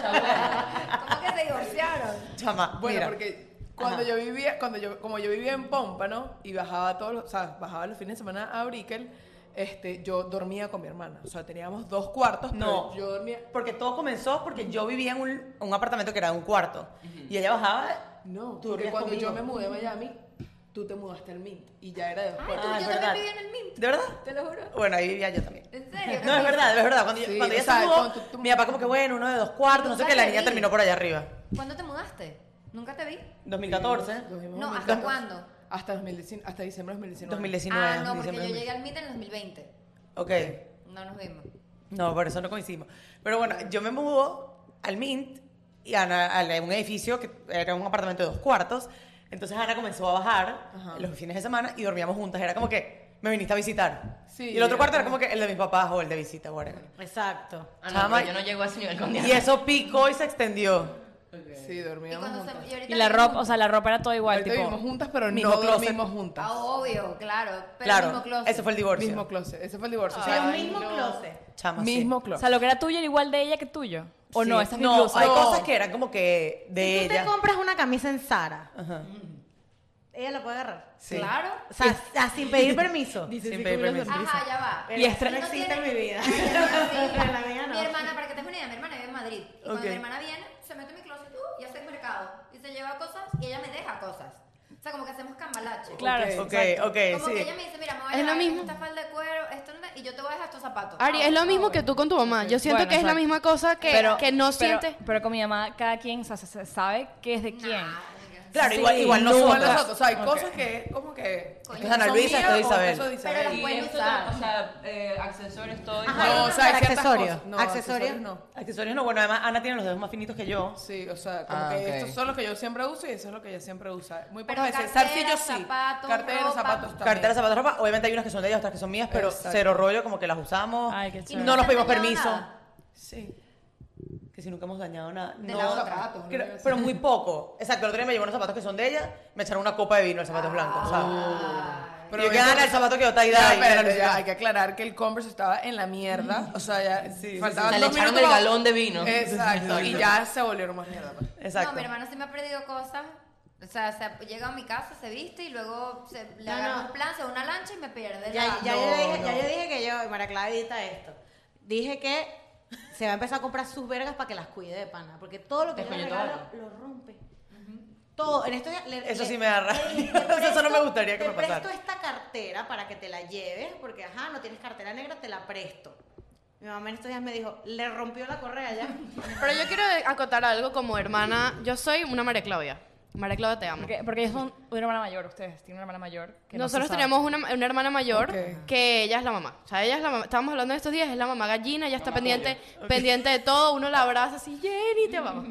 ¿Cómo que se divorciaron? Chama, Bueno, mira. porque cuando yo vivía, cuando yo, como yo vivía en Pómpano y bajaba todos los, o sea, bajaba los fines de semana a Brickell, este, yo dormía con mi hermana. O sea, teníamos dos cuartos, No. pero yo dormía. Porque todo comenzó porque yo vivía en un, un apartamento que era un cuarto. Y ella bajaba... No, Tú porque dormías cuando yo me conmigo. mudé a Miami, tú te mudaste al Mint y ya era de dos Ay, cuartos. tú, Ah, es yo verdad. también vivía en el MINT. ¿De verdad? Te lo juro. Bueno, ahí vivía yo también. ¿En serio? No, es verdad, es verdad. Cuando, yo- Sí, cuando o ella sea, se mudó, cuando tú- mi papá como que bueno, uno de dos cuartos, no sé qué, la niña terminó por allá arriba. ¿Cuándo te mudaste? ¿Nunca te vi? 2014, Dormimos No, en ¿hasta Mint. cuándo? Hasta, 2019, hasta diciembre de 2019. 2019. Ah, no, porque yo diciembre de llegué al MINT en el 2020. Ok. No nos vimos. No, por eso no coincidimos. Pero bueno, yo me mudo al Mint y Ana a la- un edificio que era un apartamento de dos cuartos. Entonces Ana comenzó a bajar los fines de semana y dormíamos juntas. Era como que me viniste a visitar. Sí, y el otro era cuarto era como que el de mis papás o el de visita, whatever. Exacto. Ah, no, Chama, pero yo no llego a ese nivel con Diana. Y eso picó y se extendió. Sí, Y dormíamos cuando juntas. se. Y, ahorita Y la vivimos ropa, o sea, la ropa era todo igual, Ahorita vivimos tipo. juntas, pero mismo no closet. dormimos juntas. Ah, obvio, claro. Pero claro, mismo closet. ese fue el divorcio. mismo closet. Ese fue el divorcio. Pero o sea, mismo no- closet. Chama, sí. Mismo O closet. sea, lo que era tuyo era igual de ella que tuyo. O Sí. no, esa es mi no, blusa. hay No. cosas que eran como que de Si tú te ella. compras una camisa en Zara, Ajá. ella la puede agarrar. Sí. Claro. O sea, a- sin pedir permiso. Sin pedir permiso. Ajá, ya va. Pero Y eso estra- no existe en mi vida. Sí, Pero la mía Mi no. hermana, para que te des una idea, mi hermana vive en Madrid. Y cuando Ok. mi hermana viene, se mete en mi closet uh, y hace el mercado. Y se lleva cosas y ella me deja cosas. O sea, como que hacemos cambalache. Claro, Ok, Ok, exacto. ok, Como sí. que ella me dice, mira, me voy a Es lo llevar mismo. esta falda de cuero, esto, y yo te voy a dejar estos zapatos. Ah, Ari, es lo mismo que tú con tu mamá. Yo siento Bueno, que es la exacto. misma cosa que, Pero- que no pero- sientes. Pero con mi mamá, cada quien o sea, se- se sabe qué es de quién. Claro, igual, Ah, igual no son nosotras. las otras. O sea, hay cosas que es como que. Coño, Esto es Ana son Luisa, esto mías es o Isabel. eso de Pero las Y pueden esto, usar. O sea, eh, accesorios, todo. Ajá. igual. Ah, No, o sea, hay ciertas Accesorios. cosas- No, Accesorios. accesorios no. Accesorios no, bueno, además Ana tiene los dedos más finitos que yo. Sí, o sea, como Ah, que ok. estos son los que yo siempre uso y eso es lo que ella siempre usa. Muy Pero pocas veces. carteras, Zarcillos sí. zapatos, carteras, ropa. zapatos también. Carteras, zapatos, ropa. Obviamente hay unas que son de ellas, otras que son mías, pero Exacto. cero rollo, como que las usamos. Ay, qué Y chévere. no nos se pedimos han dañado permiso. nada. Sí. Que si nunca hemos dañado nada. De no, la otra. Zapatos, una creo- cosa así. pero muy poco. Exacto, el otro día me llevó unos zapatos que son de ella, me echaron una copa de vino, el zapato es blanco. O sea, pero yo Pero que "Ana, eso- el zapato que yo te ahí, Ah. Ya, da ahí, espérate, Ana Luisa". ya, hay que aclarar que el Converse estaba en la mierda. O sea, ya faltaban O sea, le dos echaron minutos Eh. el para- galón de vino. Exacto. Y ya se volvieron más mierda. pues. Exacto. No, mi hermana sí me ha perdido cosas. O sea, se ha- llega a mi casa, se viste y luego se, le No, agarra no. un plan, se da una lancha y me pierde. Ya, Ah, la- ya No. yo dije, ya yo dije que yo, María Clara edita esto. Dije que se va a empezar a comprar sus vergas para que las cuide de pana. Porque todo lo que Te yo le coño regalo lo rompe. Todo. En esto ya- le- Eso le- sí me da rabia. le dije, te Eso no me presto- gustaría que te me pasara. presto esta cartera para que te la lleves, porque ajá, no tienes cartera negra, te la presto. Mi mamá en estos días me dijo, le rompió la correa ya. Pero yo quiero acotar algo como hermana. Yo soy una María Claudia. María Claudia, te amo. Porque, porque ellos son una hermana mayor, ustedes tienen una hermana mayor. que no se Nosotros sabe. tenemos una, una hermana mayor Ok. que ella es la mamá. O sea, ella es la mamá. Estábamos hablando de estos días, es la mamá gallina, ella está pendiente, pendiente de todo. Uno la abraza así, Jenny, te vamos.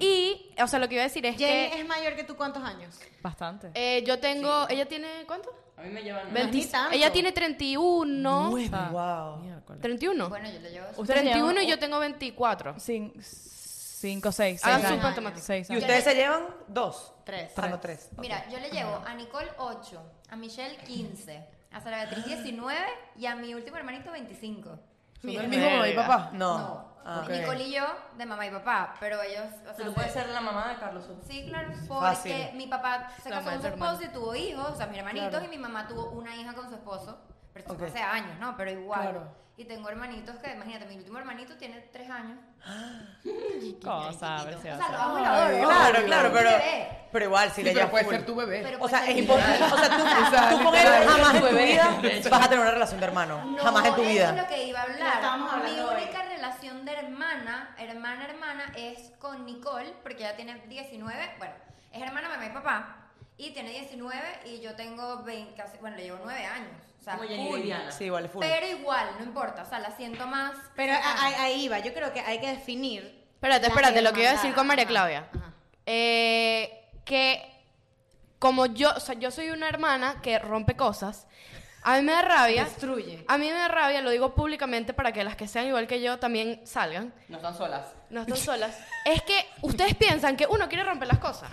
y, o sea, lo que iba a decir es Jenny que es mayor que tú, ¿cuántos años? Bastante. eh, yo tengo. ¿Ella tiene cuánto? A mí me llevan. Veinti- Veintis- tanto. Ella tiene 31. Nueve, wow. ¿31? Bueno, yo le llevo eso. Ustedes 31 y llevan yo tengo 24ro. cin- Cinco, seis. Hagan seis sus años. matemáticas. Seis ¿Y años. ustedes se llevan dos? Tres. Ah, no, tres. Mira, yo le llevo a Nicole 8, a Michelle 15, a Sara Beatriz 19 y a mi último hermanito 25. ¿Son del mismo mamá y papá? No. No, Ah, ok. Nicole y yo de mamá y papá, pero ellos, o sea, Tú puedes ser la mamá de Carlos. Soto. Sí, claro, porque Fácil. mi papá se La casó madre con su de tu hermano. esposo y tuvo hijos, o sea, mi hermanito y mi mamá tuvo una hija con su esposo, pero eso fue Ok. hace años, ¿no? Pero igual. Claro. Y tengo hermanitos que, imagínate, mi último hermanito tiene tres años. Cosa O sea, lo preciosa. amo y lo adoro. Claro, Obvio, claro, es mi pero. bebé. Pero igual, si Sí, le pero llevas puede full. ser tu bebé. Pero pues, O puede sea, ser es mi imposible. bebé. O sea, tú, sea, tú con él literal. jamás en tu vida vas a tener una relación de hermano. No, jamás en tu Eso es vida. lo que iba a Lo hablar. estábamos Mi hablando hoy. única relación de hermana, hermana, hermana, es con Nicole, porque ella tiene 19, bueno, es hermana mamá y papá, y tiene 19 y yo tengo 20, casi, bueno, le llevo 9 años. O sea, Como Jenny full. Viviana. Sí, igual, full. Pero igual, no importa, o sea, la siento más. Pero a- a- ahí va, yo creo que hay que definir. Espérate, la espérate, lo que iba a decir hermandad. con María Ajá, Claudia. ajá. Eh, que como yo, o sea, yo soy una hermana que rompe cosas, a mí me da rabia. Destruye. A mí me da rabia, lo digo públicamente para que las que sean igual que yo también salgan, No están solas. no están solas. es que ustedes piensan que uno quiere romper las cosas.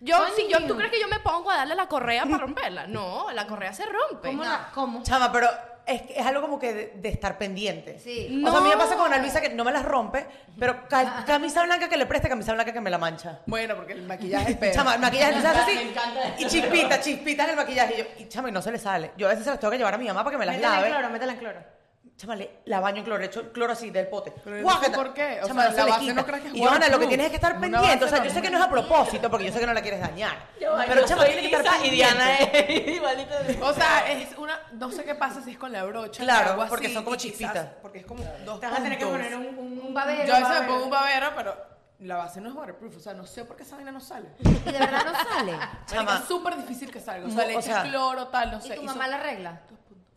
Yo, si yo, ¿tú crees que yo me pongo a darle la correa para romperla? No, la correa se rompe. ¿Cómo? la- ¿Cómo? Chama, pero es, que es algo como que de, de estar pendiente. Sí. O sea, a mí me No. pasa con Ana Luisa que no me las rompe, pero ca- camisa blanca que le preste, camisa blanca que me la mancha. Bueno, porque el maquillaje es peor. Chama, el maquillaje quizás Me así. encanta Y chispita, chispita en el maquillaje. Y, yo, y chama, y no se le sale. Yo a veces se las tengo que llevar a mi mamá para que me las Métela en lave. cloro, métela en cloro. Chama, le- la baño en cloro, le echo el cloro así del pote. Pero no Guácata. sé por qué, Chama, o sea, no la se le base quita. no creas que es Y yo, Ana, lo que waterproof. tienes es que estar Una pendiente. base O sea, yo sé que no es a propósito, porque yo sé que no la quieres dañar. Pero chama, tienes que estar y pendiente. Diana es igualita de O sea, es una. No sé qué pasa si es con la brocha. Claro, o algo porque así, son como y quizás- chispitas. Porque es como dos Te vas a tener que puntos. poner un, un, Un babero. Yo a veces me babero. pongo un babero, pero la base no es waterproof. O sea, no sé por qué esa vaina no sale. Y de verdad no sale. Chama. Marica, Es súper difícil que salga. O sea, No, le o echas sea, cloro, tal, no ¿Y sé. tu y mamá son- la arregla?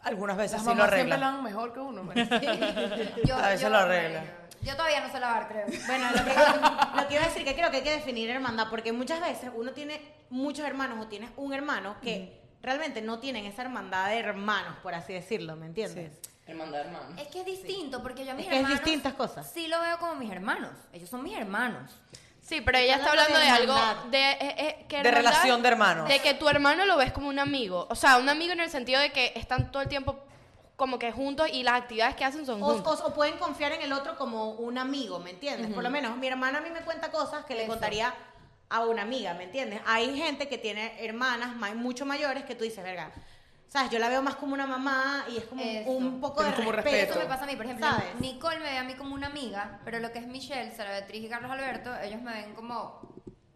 Algunas veces Las sí lo mamás siempre la arreglan. dan mejor que uno. marica. Yo, A veces yo lo arregla. Yo todavía no sé lavar, creo. Bueno, lo que, lo que iba a decir que creo que hay que definir hermandad, porque muchas veces uno tiene muchos hermanos o tienes un hermano que realmente no tienen esa hermandad de hermanos, por así decirlo, ¿me entiendes? Hermandad de hermanos. Es que es distinto, porque yo a mis Es que es hermanos. distintas cosas. Sí lo veo como mis hermanos. Ellos son mis hermanos. Sí, pero ella está hablando hablando de de algo hermandad. de, eh, eh, que De hermandad, relación de hermanos. De que tu hermano lo ves como un amigo. O sea, un amigo en el sentido de que están todo el tiempo como que juntos y las actividades que hacen son O, juntos. o- o pueden confiar en el otro como un amigo, ¿me entiendes? Por lo menos mi hermana a mí me cuenta cosas que le Eso. contaría a una amiga, ¿me entiendes? Hay gente que tiene hermanas ma- mucho mayores que tú dices, verga, ¿sabes? Yo la veo más como una mamá y es como Eso. un poco de Tienes como respeto. respeto. Eso me pasa a mí, por ejemplo, ¿Sabes? Nicole me ve a mí como una amiga, pero lo que es Michelle, Sara Beatriz y Carlos Alberto, ellos me ven como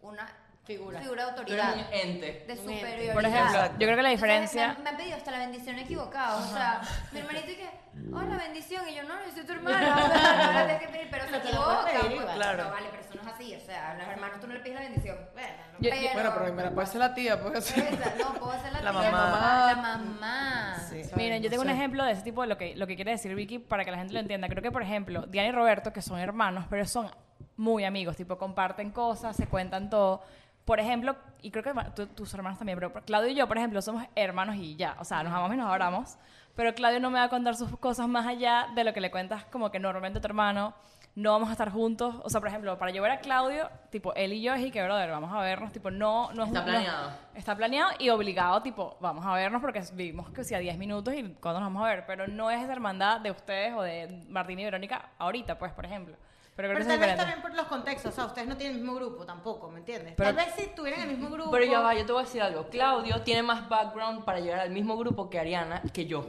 una figura, de Tú eres un autoridad, ente. de superioridad. Por ejemplo, yo creo que la diferencia. Entonces, Me, me han pedido hasta la bendición equivocada. O sea, mi hermanito y que, hola, bendición. Y yo, no, yo soy tu hermana. O sea, no la tienes que pedir, pero te se la puedes equivoca. pedir pues. igual. No, vale, pero eso no es así. O sea, a los hermanos tú no le pides la bendición. Bueno, no, Yo- yo- Bueno, pero me la puede hacer la tía, puede ser. Esa, No, puedo ser la, La tía, mamá. La mamá. Miren, yo tengo una un ejemplo de ese tipo de lo que, lo que quiere decir Vicky para que la gente lo entienda. Creo que, por ejemplo, Diana y Roberto, que son hermanos, pero son muy amigos, tipo, comparten cosas, se cuentan todo. Por ejemplo, y creo que bueno, tú- tus hermanos también, pero Claudio y yo, por ejemplo, somos hermanos y ya. O sea, nos amamos y nos adoramos. Pero Claudio no me va a contar sus cosas más allá de lo que le cuentas como que normalmente a tu hermano. No vamos a estar juntos. O sea, por ejemplo, para llevar a Claudio, tipo, él y yo es y que, brother, vamos a vernos. Tipo, no, no es Está no- planeado. Está planeado y obligado, tipo, vamos a vernos porque vivimos que si a 10 minutos y cuándo nos vamos a ver. Pero no es esa hermandad de ustedes o de Martín y Verónica ahorita, pues, por ejemplo. Pero creo Pero que tal es vez diferente. también por los contextos, o sea, ustedes no tienen el mismo grupo tampoco, ¿me entiendes? Pero- tal vez si tuvieran el mismo grupo. Pero ya va, yo te voy a decir algo. Claudio tiene más background para llegar al mismo grupo que Ariana que yo.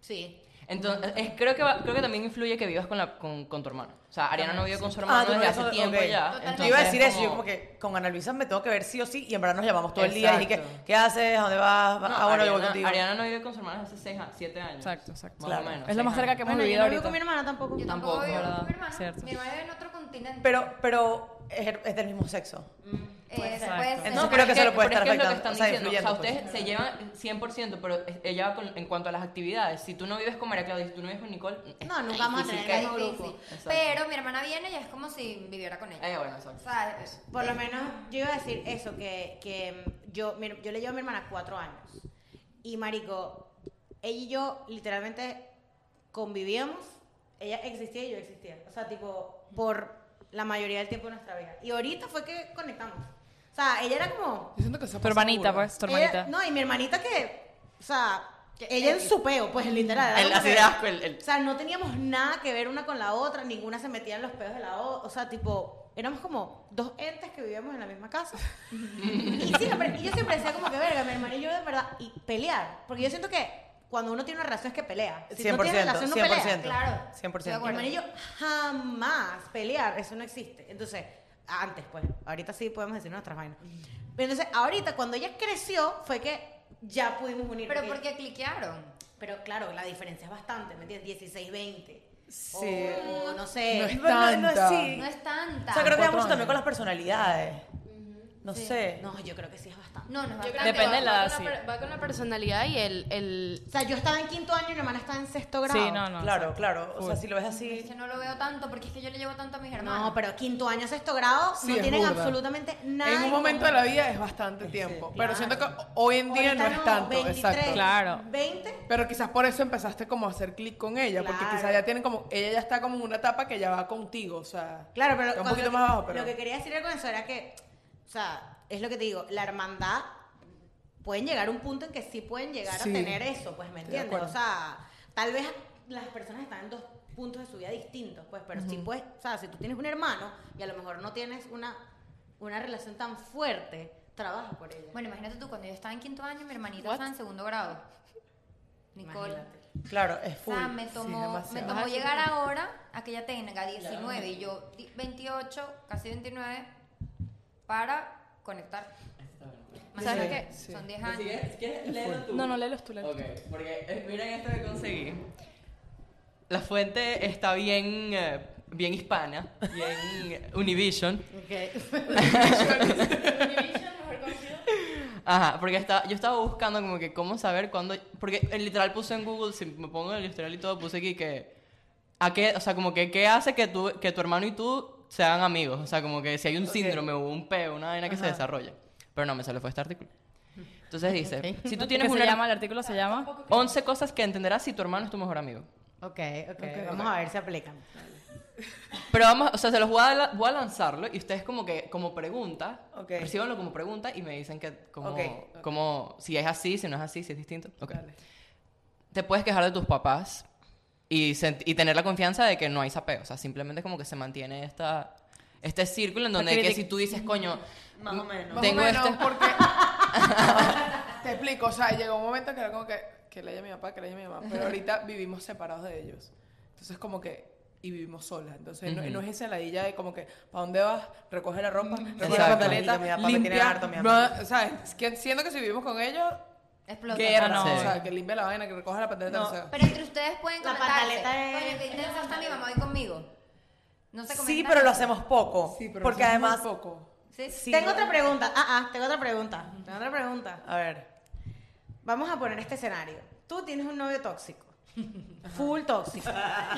Sí. Entonces, es- creo, que va- creo que también influye que vivas con, la, con, con tu hermana. O sea, Ariana no vive con su hermano Ah, tú no desde ves- hace tiempo ok. ya. Totalmente. yo iba a entonces, decir eso, yo como que con Ana Luisa me tengo que ver sí o sí y en verdad nos llamamos todo el día y Exacto. dije, ¿qué haces? ¿A dónde vas? No, ah, bueno, yo voy Ariana, contigo. Ariana no vive con su hermana desde hace 6 a 7 años. Exacto, exacto. Más Claro. o menos. Es lo más seis cerca años. que hemos Bueno, yo vivido no vivo con mi ahorita. hermana tampoco. Yo Tampoco, tampoco vivo con ¿verdad? mi hermano. Cierto. Mi hermano vive en otro continente. Pero, pero es, her- es del mismo sexo. Eh, se puede ser- Entonces, creo que eso lo puede pero es estar que es lo que afectando, están o sea, diciendo. O sea, ustedes influyendo, pues. se llevan 100%, pero es- ella con- en cuanto a las actividades, si tú no vives con María Claudia, si tú no vives con Nicole, es No, nunca vamos a difícil tener el que- mismo grupo. Exacto. Pero mi hermana viene y es como si viviera con ella. Eh, bueno, exacto. O sea, es- Por lo menos yo iba a decir eso, que, que mm, yo, mi- yo le llevo a mi hermana cuatro años. Y Marico, ella y yo literalmente convivíamos. Ella existía y yo existía. O sea, tipo, por la mayoría del tiempo de nuestra vida. Y ahorita fue que conectamos. O sea, ella era como... Yo siento que Tu eso pasa hermanita, burda. pues, tu ella- hermanita. no, y mi hermanita que... O sea, ella en su peo, pues literal. era El- como así que- de asco, pues, el- el- O sea, no teníamos nada que ver una con la otra, ninguna se metía en los pedos de la otra. O sea, tipo, éramos como dos entes que vivíamos en la misma casa. y, siempre, y yo siempre decía como que, verga, mi hermano y yo de verdad, y pelear. Porque yo siento que cuando uno tiene una relación es que pelea. Si no tienes 100%, relación, no pelea. 100%. claro. 100%. Mi hermano y yo jamás pelear, eso no existe. Entonces, antes pues, ahorita sí podemos decir nuestras vainas. Pero entonces, ahorita cuando ella creció fue que ya pudimos unir. Pero porque cliquearon. Pero claro, la diferencia es bastante, ¿me entiendes? 16, 20. Sí. O no sé. No es Bueno, no, no es tanta. así. No es tanta. O sea, creo que da mucho años. también con las personalidades. No sé. No, yo creo que sí es bastante. No, no es bastante. Depende de la edad, sí. Va con la personalidad y el, el O sea, yo estaba en quinto año y mi hermana estaba en sexto grado. Sí, no, no. claro, claro. O sea, si lo ves Es así. que no lo veo tanto porque es que yo le llevo tanto a mis hermanos. No, pero quinto año, sexto grado, Sí, no es tienen burda. absolutamente nada. En un momento de la vida es bastante tiempo. Pero siento que hoy en día no es tanto, exacto. Claro. 20. Pero quizás por eso empezaste como a hacer clic con ella, porque Claro. quizás ya tienen como, ella ya está como en una etapa que ya va contigo, o sea, Claro, pero está un cuando- poquito más abajo, pero lo que quería decir con eso era que, o sea, es lo que te digo, la hermandad pueden llegar a un punto en que sí pueden llegar Sí. a tener eso, pues, ¿me de entiendes? acuerdo. O sea, tal vez las personas están en dos puntos de su vida distintos, pues, pero sí puedes, o sea, si tú tienes un hermano y a lo mejor no tienes una, una relación tan fuerte, trabaja por ella. Bueno, imagínate tú, cuando yo estaba en quinto año, mi hermanita estaba en segundo grado. Nicole. Imagínate. Claro, es O full. sea, me tomó, Ah, me tomó llegar ahora a que ella tenga 19 y yo di- 28, casi 29, para conectar. Imagínate Sí, que sí. son 10 Si años. quieres- ¿Quieres leerlo tú? No, no, léelos tú, léelos Ok, porque eh, miren esto que conseguí. La fuente está bien, eh, bien hispana, bien eh, Univision. Ajá, porque estaba- yo estaba buscando como que cómo saber cuándo... Porque eh, literal puse en Google, si me pongo el historial y todo, puse aquí que... ¿A qué, o sea, como que qué hace que tu, que tu hermano y tú sean amigos? O sea, como que si hay un síndrome o un peo, una vaina que se desarrolla. Pero no, me salió fue este artículo. Entonces dice, si tú tienes ¿Qué un se her- llama? El artículo se llama... 11 cosas que entenderás si tu hermano es tu mejor amigo. ok, ok, vamos a ver si aplican. Pero vamos, o sea, se los voy a, la- voy a lanzarlo y ustedes como que, como pregunta, Ok. recíbanlo como pregunta y me dicen que, como, Ok, ok. como, si es así, si no es así, si es distinto. Ok. Te puedes quejar de tus papás y, sent- y tener la confianza de que no hay sapeo. O sea, simplemente como que se mantiene esta, este círculo en donde La que critic- si tú dices, coño, Más o menos. más tengo o menos este... porque te explico, o sea, llegó un momento que era como que que le haya mi papá, que le haya mi mamá, pero ahorita vivimos separados de ellos. Entonces como que y vivimos solas, entonces no- Ujú. no, es esa ladilla de como que ¿para dónde vas? Recoge la ropa, recoge la Exacto. pantaleta, Mi papá me tiene limpia, harto, mi no, mamá. o sea, es que siento que si vivimos con ellos, Explota. Guerra, no. Ah, Sí. o sea, que limpia la vaina, que recoja la pantaleta, o sea, Pero entre ustedes pueden La comentarse. pataleta es- Coño, qué intenso está mi mamá hoy conmigo. No se Sí, comentan pero lo eso. hacemos poco. sí, pero porque somos además. muy poco. Sí. Sí. Tengo otra pregunta. Ah, ah, tengo otra pregunta. Tengo otra pregunta. A ver. Vamos a poner este escenario. Tú tienes un novio tóxico. Full tóxico.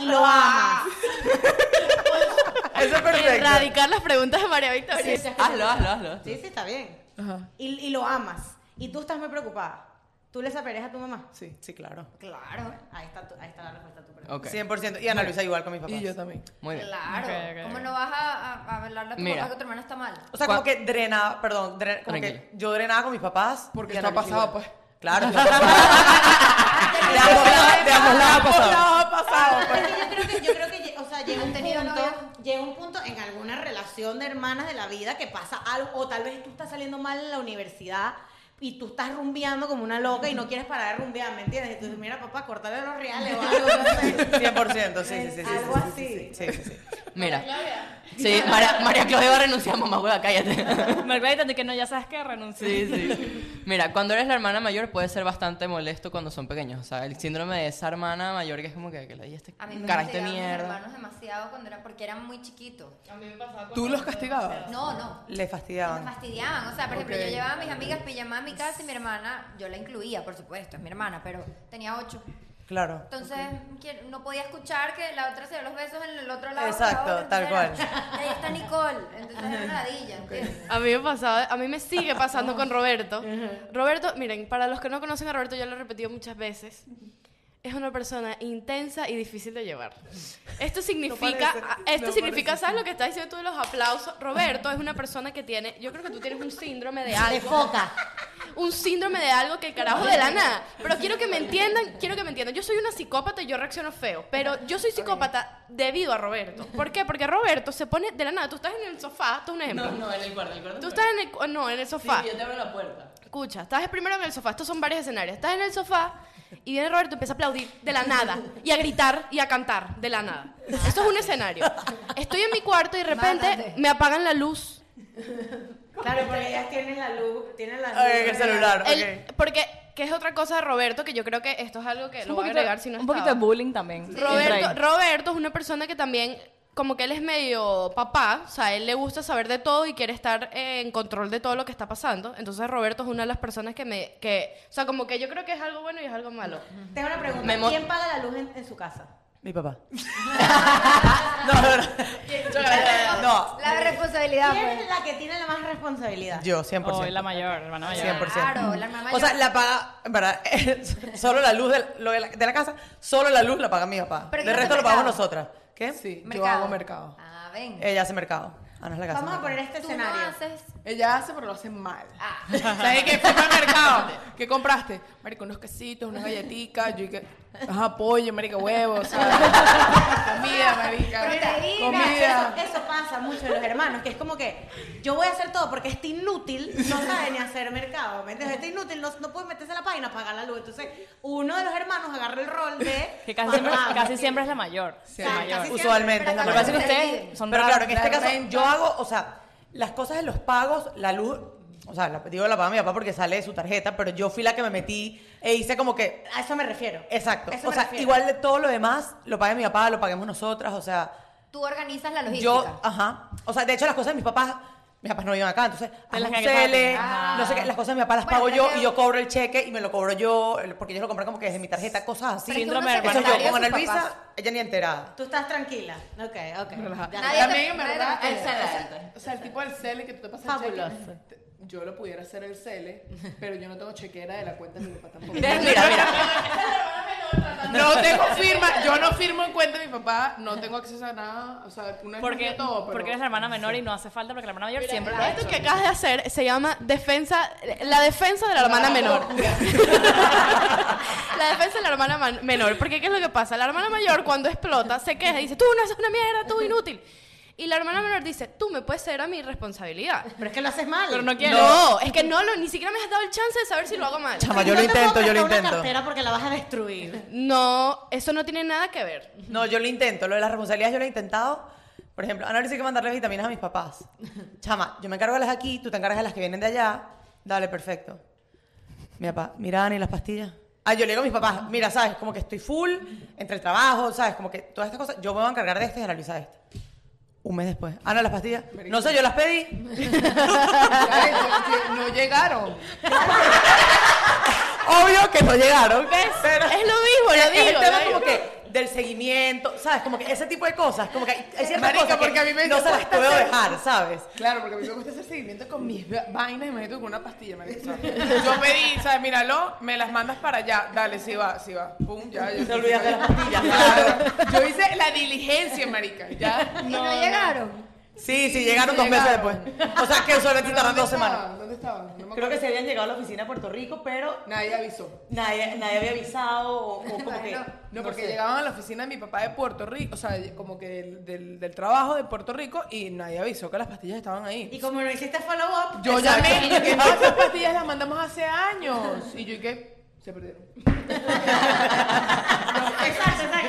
Y lo amas. Eso es perfecto. erradicar las preguntas de María Victoria. Hazlo, hazlo, hazlo. Sí, sí, está bien. Ajá. Y, y lo amas. Y tú estás muy preocupada. ¿Tú le sapereas a tu mamá? Sí. Sí, claro. Claro. Ahí está, tu- ahí está la respuesta a tu pregunta. Ok, 100%. Y Ana Luisa igual con mis papás. Y yo también. muy bien. Claro. Ok, ok, ¿Cómo ok. no vas a, a, a hablarle a tu Mira. papá que tu hermana está mal? O sea, Cuan- como que drenaba, perdón, dre- como Tranquila. que yo drenaba con mis papás. Porque y esto Ana ha Luisa pasado, igual. pues. Claro, de ambos lados- de ambos lados ha pasado. Es que yo creo que, yo creo que lle- o sea, llega un ¿Han tenido punto, novias? llega un punto en alguna relación de hermanas de la vida que pasa algo, o tal vez tú estás saliendo mal en la universidad y tú estás rumbeando como una loca y no quieres parar de rumbear, ¿me entiendes? Y tú dices, mira papá, cortale los reales o algo, no sé. 100%, sí, sí, sí. sí, Algo sí, sí, así. Sí, sí, sí. Mira, Sí, María, María Claudia va a renunciar, mamá hueva, cállate. Margarita, de que no, ya sabes que renuncié. Sí, sí. Mira, cuando eres la hermana mayor puede ser bastante molesto cuando son pequeños. O sea, el síndrome de esa hermana mayor que es como que, que le di este A mí me carácter castigaban mis mierda. hermanos demasiado cuando era, porque eran muy chiquitos. Ah, ¿Tú los castigabas? No, no. Le Me fastidiaban. fastidiaban. O sea, por ejemplo, yo llevaba a mis amigas pijamadas a mi casa y mi hermana, yo la incluía, por supuesto, es mi hermana, pero tenía ocho. Claro. Entonces, que- no podía escuchar que la otra se dio los besos en el otro lado. Exacto, la otra, tal entonces era, Ahí está Nicole. Entonces era una ladilla, ¿entiendes? A mí me pasaba, a mí me sigue pasando con Roberto. Roberto, miren, para los que no conocen a Roberto, ya lo he repetido muchas veces. Es una persona intensa y difícil de llevar. Esto significa, parece, a- esto no significa, parece. ¿sabes lo que estás diciendo tú de los aplausos? Roberto es una persona que tiene, yo creo que tú tienes un síndrome de De algo, foca. un síndrome de algo que el carajo de la nada. Pero quiero que me entiendan, quiero que me entiendan. Yo soy una psicópata y yo reacciono feo, pero yo soy psicópata debido a Roberto. ¿Por qué? Porque Roberto se pone de la nada. Tú estás en el sofá, esto es un ejemplo. No, no, en el cuarto, en el cuarto. Tú estás en el, cu- no, en el Sí, sofá. yo te abro la puerta. Escucha, estás primero en el sofá. Estos son varios escenarios. Estás en el sofá y viene Roberto y empieza a aplaudir de la nada y a gritar y a cantar de la nada. Esto es un escenario. Estoy en mi cuarto y de repente Mátate. me apagan la luz. Claro, porque ellas tienen la luz, tienen la luz. Ok, el celular, El- ok. porque que es otra cosa de Roberto que yo creo que esto es algo que lo voy a agregar si no un poquito de estaba. bullying también. Entra Roberto, ahí. Roberto es una persona que también, como que él es medio papá, o sea, él le gusta saber de todo y quiere estar eh, en control de todo lo que está pasando. Entonces Roberto es una de las personas que me, que, o sea, como que yo creo que es algo bueno y es algo malo. Tengo una pregunta. Me mo- ¿Quién paga la luz en, en su casa? Mi papá. no, no, no. No, La responsabilidad, ¿Quién pues. es la que tiene la más responsabilidad? yo, 100%. Oh, la mayor, hermana mayor. 100%. Claro, la hermana O sea, mayor. la paga, en verdad, solo la luz de, lo de la, de la casa, solo la luz la paga mi papá. Pero El que no resto hace lo pagamos mercado. nosotras. ¿Qué? Sí, yo Mercado. hago mercado. Ah, ven. Ella hace mercado. Ana es la que hace Vamos a mercado. poner este Tú no escenario. haces. Ella hace, pero lo hace mal. Ah. ¿Sabes qué? Fui al mercado. ¿Qué compraste? Marico, unos quesitos, unas galletitas. Yo dije, ajá, pollo, marica, huevos, ¿sabes? Comida, marica. Proteína, Comida. Eso, eso pasa mucho en los hermanos, que es como que yo voy a hacer todo porque este inútil no sabe ni hacer mercado. ¿me entiendes? Este inútil no, no puede meterse a la página, pagar la luz. Entonces, uno de los hermanos agarra el rol de. Que casi siempre, papá, casi siempre es la mayor. o La sea, mayor. casi siempre, Usualmente pero es la Lo cuando que pasa es mayor. que ustedes son Pero raros. claro, en este la caso renta. yo hago, o sea, las cosas de los pagos, la luz, o sea, la- digo la paga mi papá porque sale de su tarjeta, pero yo fui la que me metí e hice como que, A eso me refiero. exacto, Eso o me sea, refiero. igual de todo lo demás, lo pague mi papá, lo paguemos nosotras, o sea, Tú organizas la logística. yo, ajá, o sea, de hecho las cosas de mis papás, mis papás no viven acá, entonces, las haz un cargas cele, rápido. Ah. no sé qué, las cosas de mi papá las Bueno, pago pero yo es que- y yo cobro el cheque y me lo cobro yo, el- porque ellos lo compran como que desde mi tarjeta, cosas así. Pero es que uno Síndrome se de Eso hermano. yo encargaría con Ana a sus papás. Luisa, ella ni enterada. Tú estás tranquila. Ok, ok. Ya. Nadie También, en te- verdad, nadie te- es- Excelente. o sea, el tipo del cele que tú te pasas el cheque, Fabuloso. te- Yo lo pudiera hacer el cele, pero yo no tengo chequera de la cuenta de mi papá tampoco. Mira, mira. No tengo firma, yo no firmo en cuenta de mi papá, no tengo acceso a nada, o sea, una vez Porque, me dio todo, pero... porque eres la hermana menor y no hace falta porque la hermana mayor siempre lo ha Esto hecho. que acabas de hacer se llama defensa, la defensa de la hermana menor. la defensa de la hermana man- menor, porque ¿qué es lo que pasa? La hermana mayor cuando explota se queja y dice, tú no haces una mierda, tú inútil. Y la hermana menor dice, tú me puedes ceder a mi responsabilidad. Pero es que lo haces mal. Pero no quiero. No, es que no, lo, ni siquiera me has dado el chance de saber si lo hago mal. Chama, Ah, yo No lo te puedo intento, yo lo prestar una intento. cartera porque la vas a destruir. No, eso no tiene nada que ver. No, yo lo intento. Lo de las responsabilidades yo lo he intentado. Por ejemplo, Ana dice que mandarle vitaminas a mis papás. Chama, yo me encargo de las aquí, tú te encargas de las que vienen de allá. Dale, perfecto. Mi papá, mira, Ana, ¿y las pastillas? Ah, yo le digo a mis papás, mira, ¿sabes? Como que estoy full entre el trabajo, ¿sabes? Como que todas estas cosas. Yo me voy a encargar de esto y Ana Luisa de esto. Un mes después. Ana, las pastillas. No sé, yo las pedí. Ay, no- no llegaron. Obvio que no llegaron. Pero- Es lo mismo, lo es el digo. tema lo como digo. que del seguimiento, ¿sabes? Como que ese tipo de cosas, como que hay hay ciertas Marica, cosas que porque a mí me no se las cuesta puedo hacer- dejar, ¿sabes? Claro, porque a mí me gusta hacer seguimiento con mis va- vainas, imagínate con una pastilla, marico, o sea, Yo pedí, ¿sabes? Míralo, me las mandas para allá. Dale, sí va, sí va. Pum, ya. Yo Te olvidas de las pastillas. Claro. Yo hice la diligencia, marica. Ya. Y no llegaron. Sí, sí, llegaron dos meses llegaron. después. O sea, que usualmente Pero tardan ¿dónde dos semanas. estaban? ¿Dónde estaban? No me Creo acuerdo. que se habían llegado a la oficina de Puerto Rico, pero Nadie avisó. nadie, nadie había avisado o, o como que... Bueno, No, porque sé. llegaban a la oficina de mi papá de Puerto Rico, o sea, como que del, del- del trabajo de Puerto Rico y nadie avisó que las pastillas estaban ahí. Y como no hiciste follow-up, Yo llamé y yo que no, esas pastillas las mandamos hace años. Y yo y que se perdieron. exacto, exacto, exacto.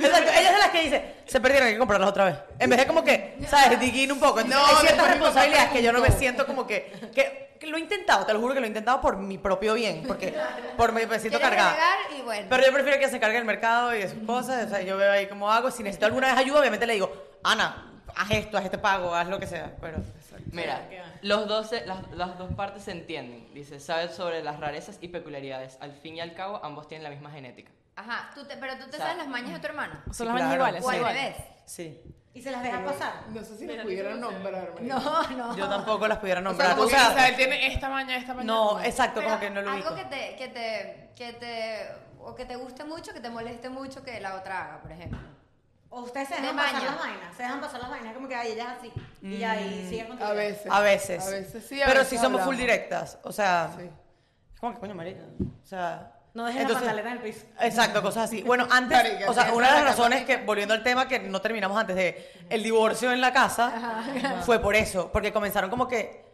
Exacto, ella es de las que dice, se perdieron, hay que comprarlas otra vez. En vez de como que, ¿sabes? Diguin un poco. Entonces, No, hay no, ciertas no, no, responsabilidades que yo no me siento como que, que, que lo he intentado, te lo juro que lo he intentado por mi propio bien, porque por mi me siento Quieres cargada. delegar y bueno. Pero yo prefiero que se cargue el mercado y de sus cosas, o sea, yo veo ahí cómo hago. Si necesito alguna vez ayuda, obviamente le digo, Ana, haz esto, haz este pago, haz lo que sea, pero... Mira, los dos se- las, las dos partes se entienden. Dice, sabes sobre las rarezas y peculiaridades. Al fin y al cabo, ambos tienen la misma genética. Ajá, tú te- pero tú te sea, sabes las mañas de tu hermano. Son las Sí, mañas claro. iguales. O son al iguales. revés. Sí. Y se las dejas pasar. No sé si lo pudiera nombrar, marica. No, no. Yo tampoco las pudiera O sea, nombrar. como O que sea, Isabel tiene esta maña, esta maña. no, exacto, como Pero que no lo algo ubico. que te, que te, que te, o que te guste mucho, que te moleste mucho que la otra haga, por ejemplo. O ustedes se De dejan pasar maña. las vainas. Se dejan pasar las vainas. Como que ay, ella es así. Y ahí sigue con tu A vida. veces. Mm, A veces. A veces sí, a Pero veces si somos full hablamos. directas. O sea, Sí. es como que coño, marica. O sea. No dejes la entonces- pantaleta en el piso. Exacto, cosas así. Bueno, antes, Marica, o sea, sí, una de las esa es la razones que, volviendo al tema que no terminamos antes de el divorcio en la casa, fue por eso, porque comenzaron como que,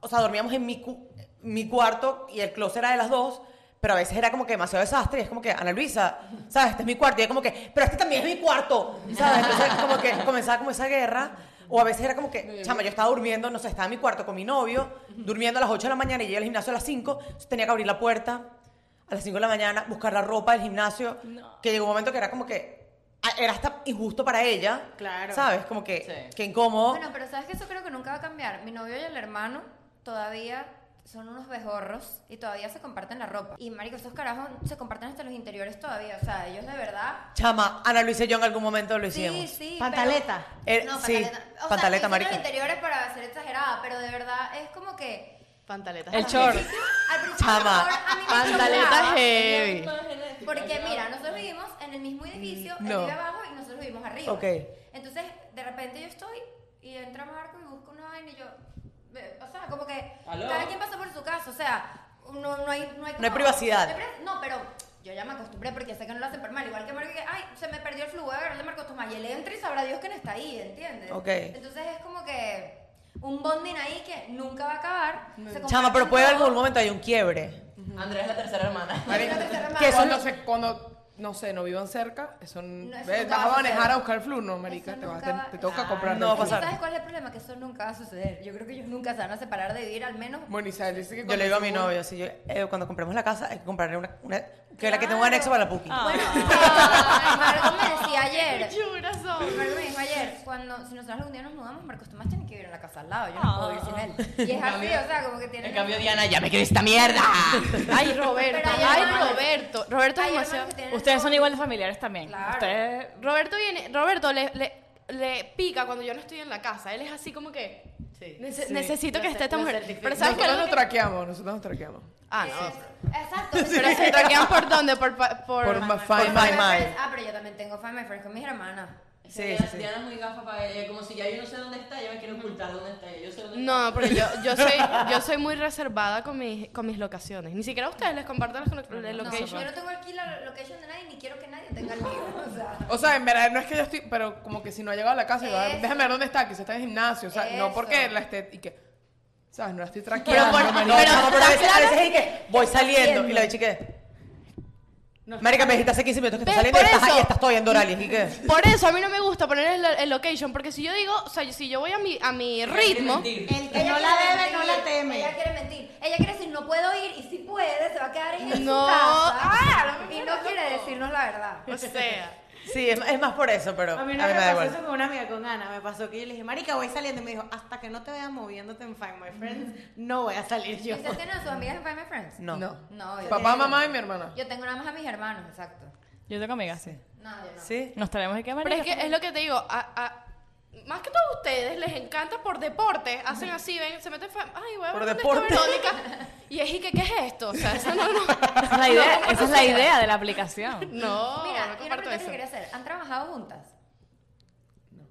o sea, dormíamos en mi, cu- mi cuarto y el closet era de las dos, pero a veces era como que demasiado desastre, y es como que, Ana Luisa, ¿sabes? Este es mi cuarto, y es como que, pero este también es mi cuarto, ¿sabes? Entonces, como que comenzaba como esa guerra. O a veces era como que, chama, yo estaba durmiendo, no sé, estaba en mi cuarto con mi novio, durmiendo a las 8 de la mañana y llegué al gimnasio a las 5, entonces tenía que abrir la puerta, a las 5 de la mañana, buscar la ropa del gimnasio, que llegó un momento que era como que ah, era hasta injusto para ella. Claro. ¿Sabes? Como que, Sí. que incómodo. Bueno, pero sabes que eso creo que nunca va a cambiar. Mi novio y el hermano todavía son unos bejorros y todavía se comparten la ropa. Y marico, esos carajos se comparten hasta los interiores todavía. O sea, ellos de verdad. Chama, Ana Luisa y yo en algún momento lo Sí, hicimos. sí. Pantaleta. Eh, Pero, no, sí, pantaleta. O sea, pantaleta, dicen marica. los interiores para ser exagerada, pero de verdad es como que. Pantaletas. Ah, El short. Al principio, Chama, por favor, a mí me pantaletas chocaba. heavy. Porque mira, nosotros vivimos en el mismo edificio, él No. vive abajo y nosotros vivimos arriba. Mm, Ok. Entonces, de repente yo estoy y entra Marco y busca una vaina y yo, eh, o sea, como que ¿Aló? cada quien pasa por su casa, o sea, no, no hay, no hay, como- privacidad. no hay pri- No, pero yo ya me acostumbré porque sé que no lo hacen por mal. Igual que Marco, que, ay, se me perdió el flujo, voy a agarrarle a Marco Tomás y él entra y sabrá Dios que no está ahí, ¿entiendes? Ok. Entonces es como que un bonding ahí que nunca va a acabar. se Mm. Chama, pero comparten puede haber todo. algún momento hay un quiebre. Andrea es la tercera hermana. Que eso cuando, se, cuando, no sé, no vivan cerca, eso, n- No, eso ves, nunca vas va a a suceder. manejar a buscar flu, no, marica, Eso te, vas, nunca te- va- te toca Ah, comprar. no va a Netflix. pasar. ¿Sabes cuál es el problema? Que eso nunca va a suceder. Yo creo que ellos nunca se van a separar de vivir, al menos. Bueno, Isabel dice que Yo le digo a mi cuando- novio, si yo, eh, cuando compremos la casa, hay que comprarle una, una- que la que tengo anexo para la Puki. Ah. Bueno, eh, Marco me decía ayer. Llorazón. Marco me dijo ayer, cuando si nosotros algún día nos mudamos, Marcos Tomás tiene que vivir en la casa al lado. Yo no puedo vivir sin él. Y es así, o sea, como que tiene. En cambio, Diana, ya me quiero esta mierda. Ay, Roberto. Pero hay Ay, hermanos. Roberto. Roberto es Hay hermanos demasiado. que tienen Ustedes son novio. igual de familiares también. Claro. Ustedes Roberto viene. Roberto le, le, le pica cuando yo no estoy en la casa. Él es así como que. "Nece- Necesito que esté esta mujer. Pero sabes que Nosotros algo nos que- traqueamos, nosotros nos traqueamos. Ah, Es- no. Exacto. Pero se traquean por dónde? Por. pa- por... Por ma- Por Find my My- mind. Ah, pero yo también tengo fan my friends con mis hermanas. Sí, sí, sí. Diana es muy gafa para ella. Como si ya yo no sé dónde está, ella me quiere ocultar dónde está. Yo sé dónde No, porque yo, yo, soy, yo soy muy reservada con mis, con mis locaciones. Ni siquiera a ustedes les comparto las colo- las No, yo locations. no tengo aquí la location de nadie ni quiero que nadie tenga el mío. O sea. O sea, en verdad no es que yo estoy, pero como que si no ha llegado a la casa, yo, Eso. déjame ver dónde está, quizás está en el gimnasio, o sea, no Eso. porque la esté, y que, sabes, no la estoy Pero, traqueando. por, no, marica. chama, pero a veces, a claro veces es que voy saliendo y la bicha que... Marica, me dijiste hace 15 minutos que estás Ve, saliendo y por estás, eso. y estás todavía en Doralis. ¿Y qué? Por eso a mí no me gusta poner el, el location, porque si yo digo, o sea, si yo voy a mi, a mi ritmo, El que Ella no la quiere debe, mentir, no la teme. Ella quiere mentir. Ella quiere decir, no puedo ir, y si puede, se va a quedar en su No. casa. Ah, y no quiere decirnos la verdad. o sea, Sí, es, es más por eso, pero A mí no a me mí me pasó da Ah, igual. eso con una amiga, con Ana. Me pasó que yo le dije, marica, voy saliendo. Y me dijo, hasta que no te veas moviéndote en Find My Friends, no voy a salir yo. ¿Ustedes tienen a sus amigas en Find My Friends? No. No. No, yo Papá, tengo- mamá y mi hermana. Yo tengo nada más a mis hermanos, exacto. Yo tengo amigas, sí. No, yo no. ¿Sí? Nos traemos de qué pero manera. es que es lo que te digo, a- a- más que todo a ustedes les encanta por deporte, hacen así, ven, se meten, fa- ay, voy a ver Por dónde está deporte. Verónica, y es y que, ¿qué es esto? O sea, eso no, no, Esa es la idea, esa es la idea de la aplicación. Oh, no, no Mira, yo una comparto pregunta que eso. quería hacer. ¿Han trabajado juntas? No.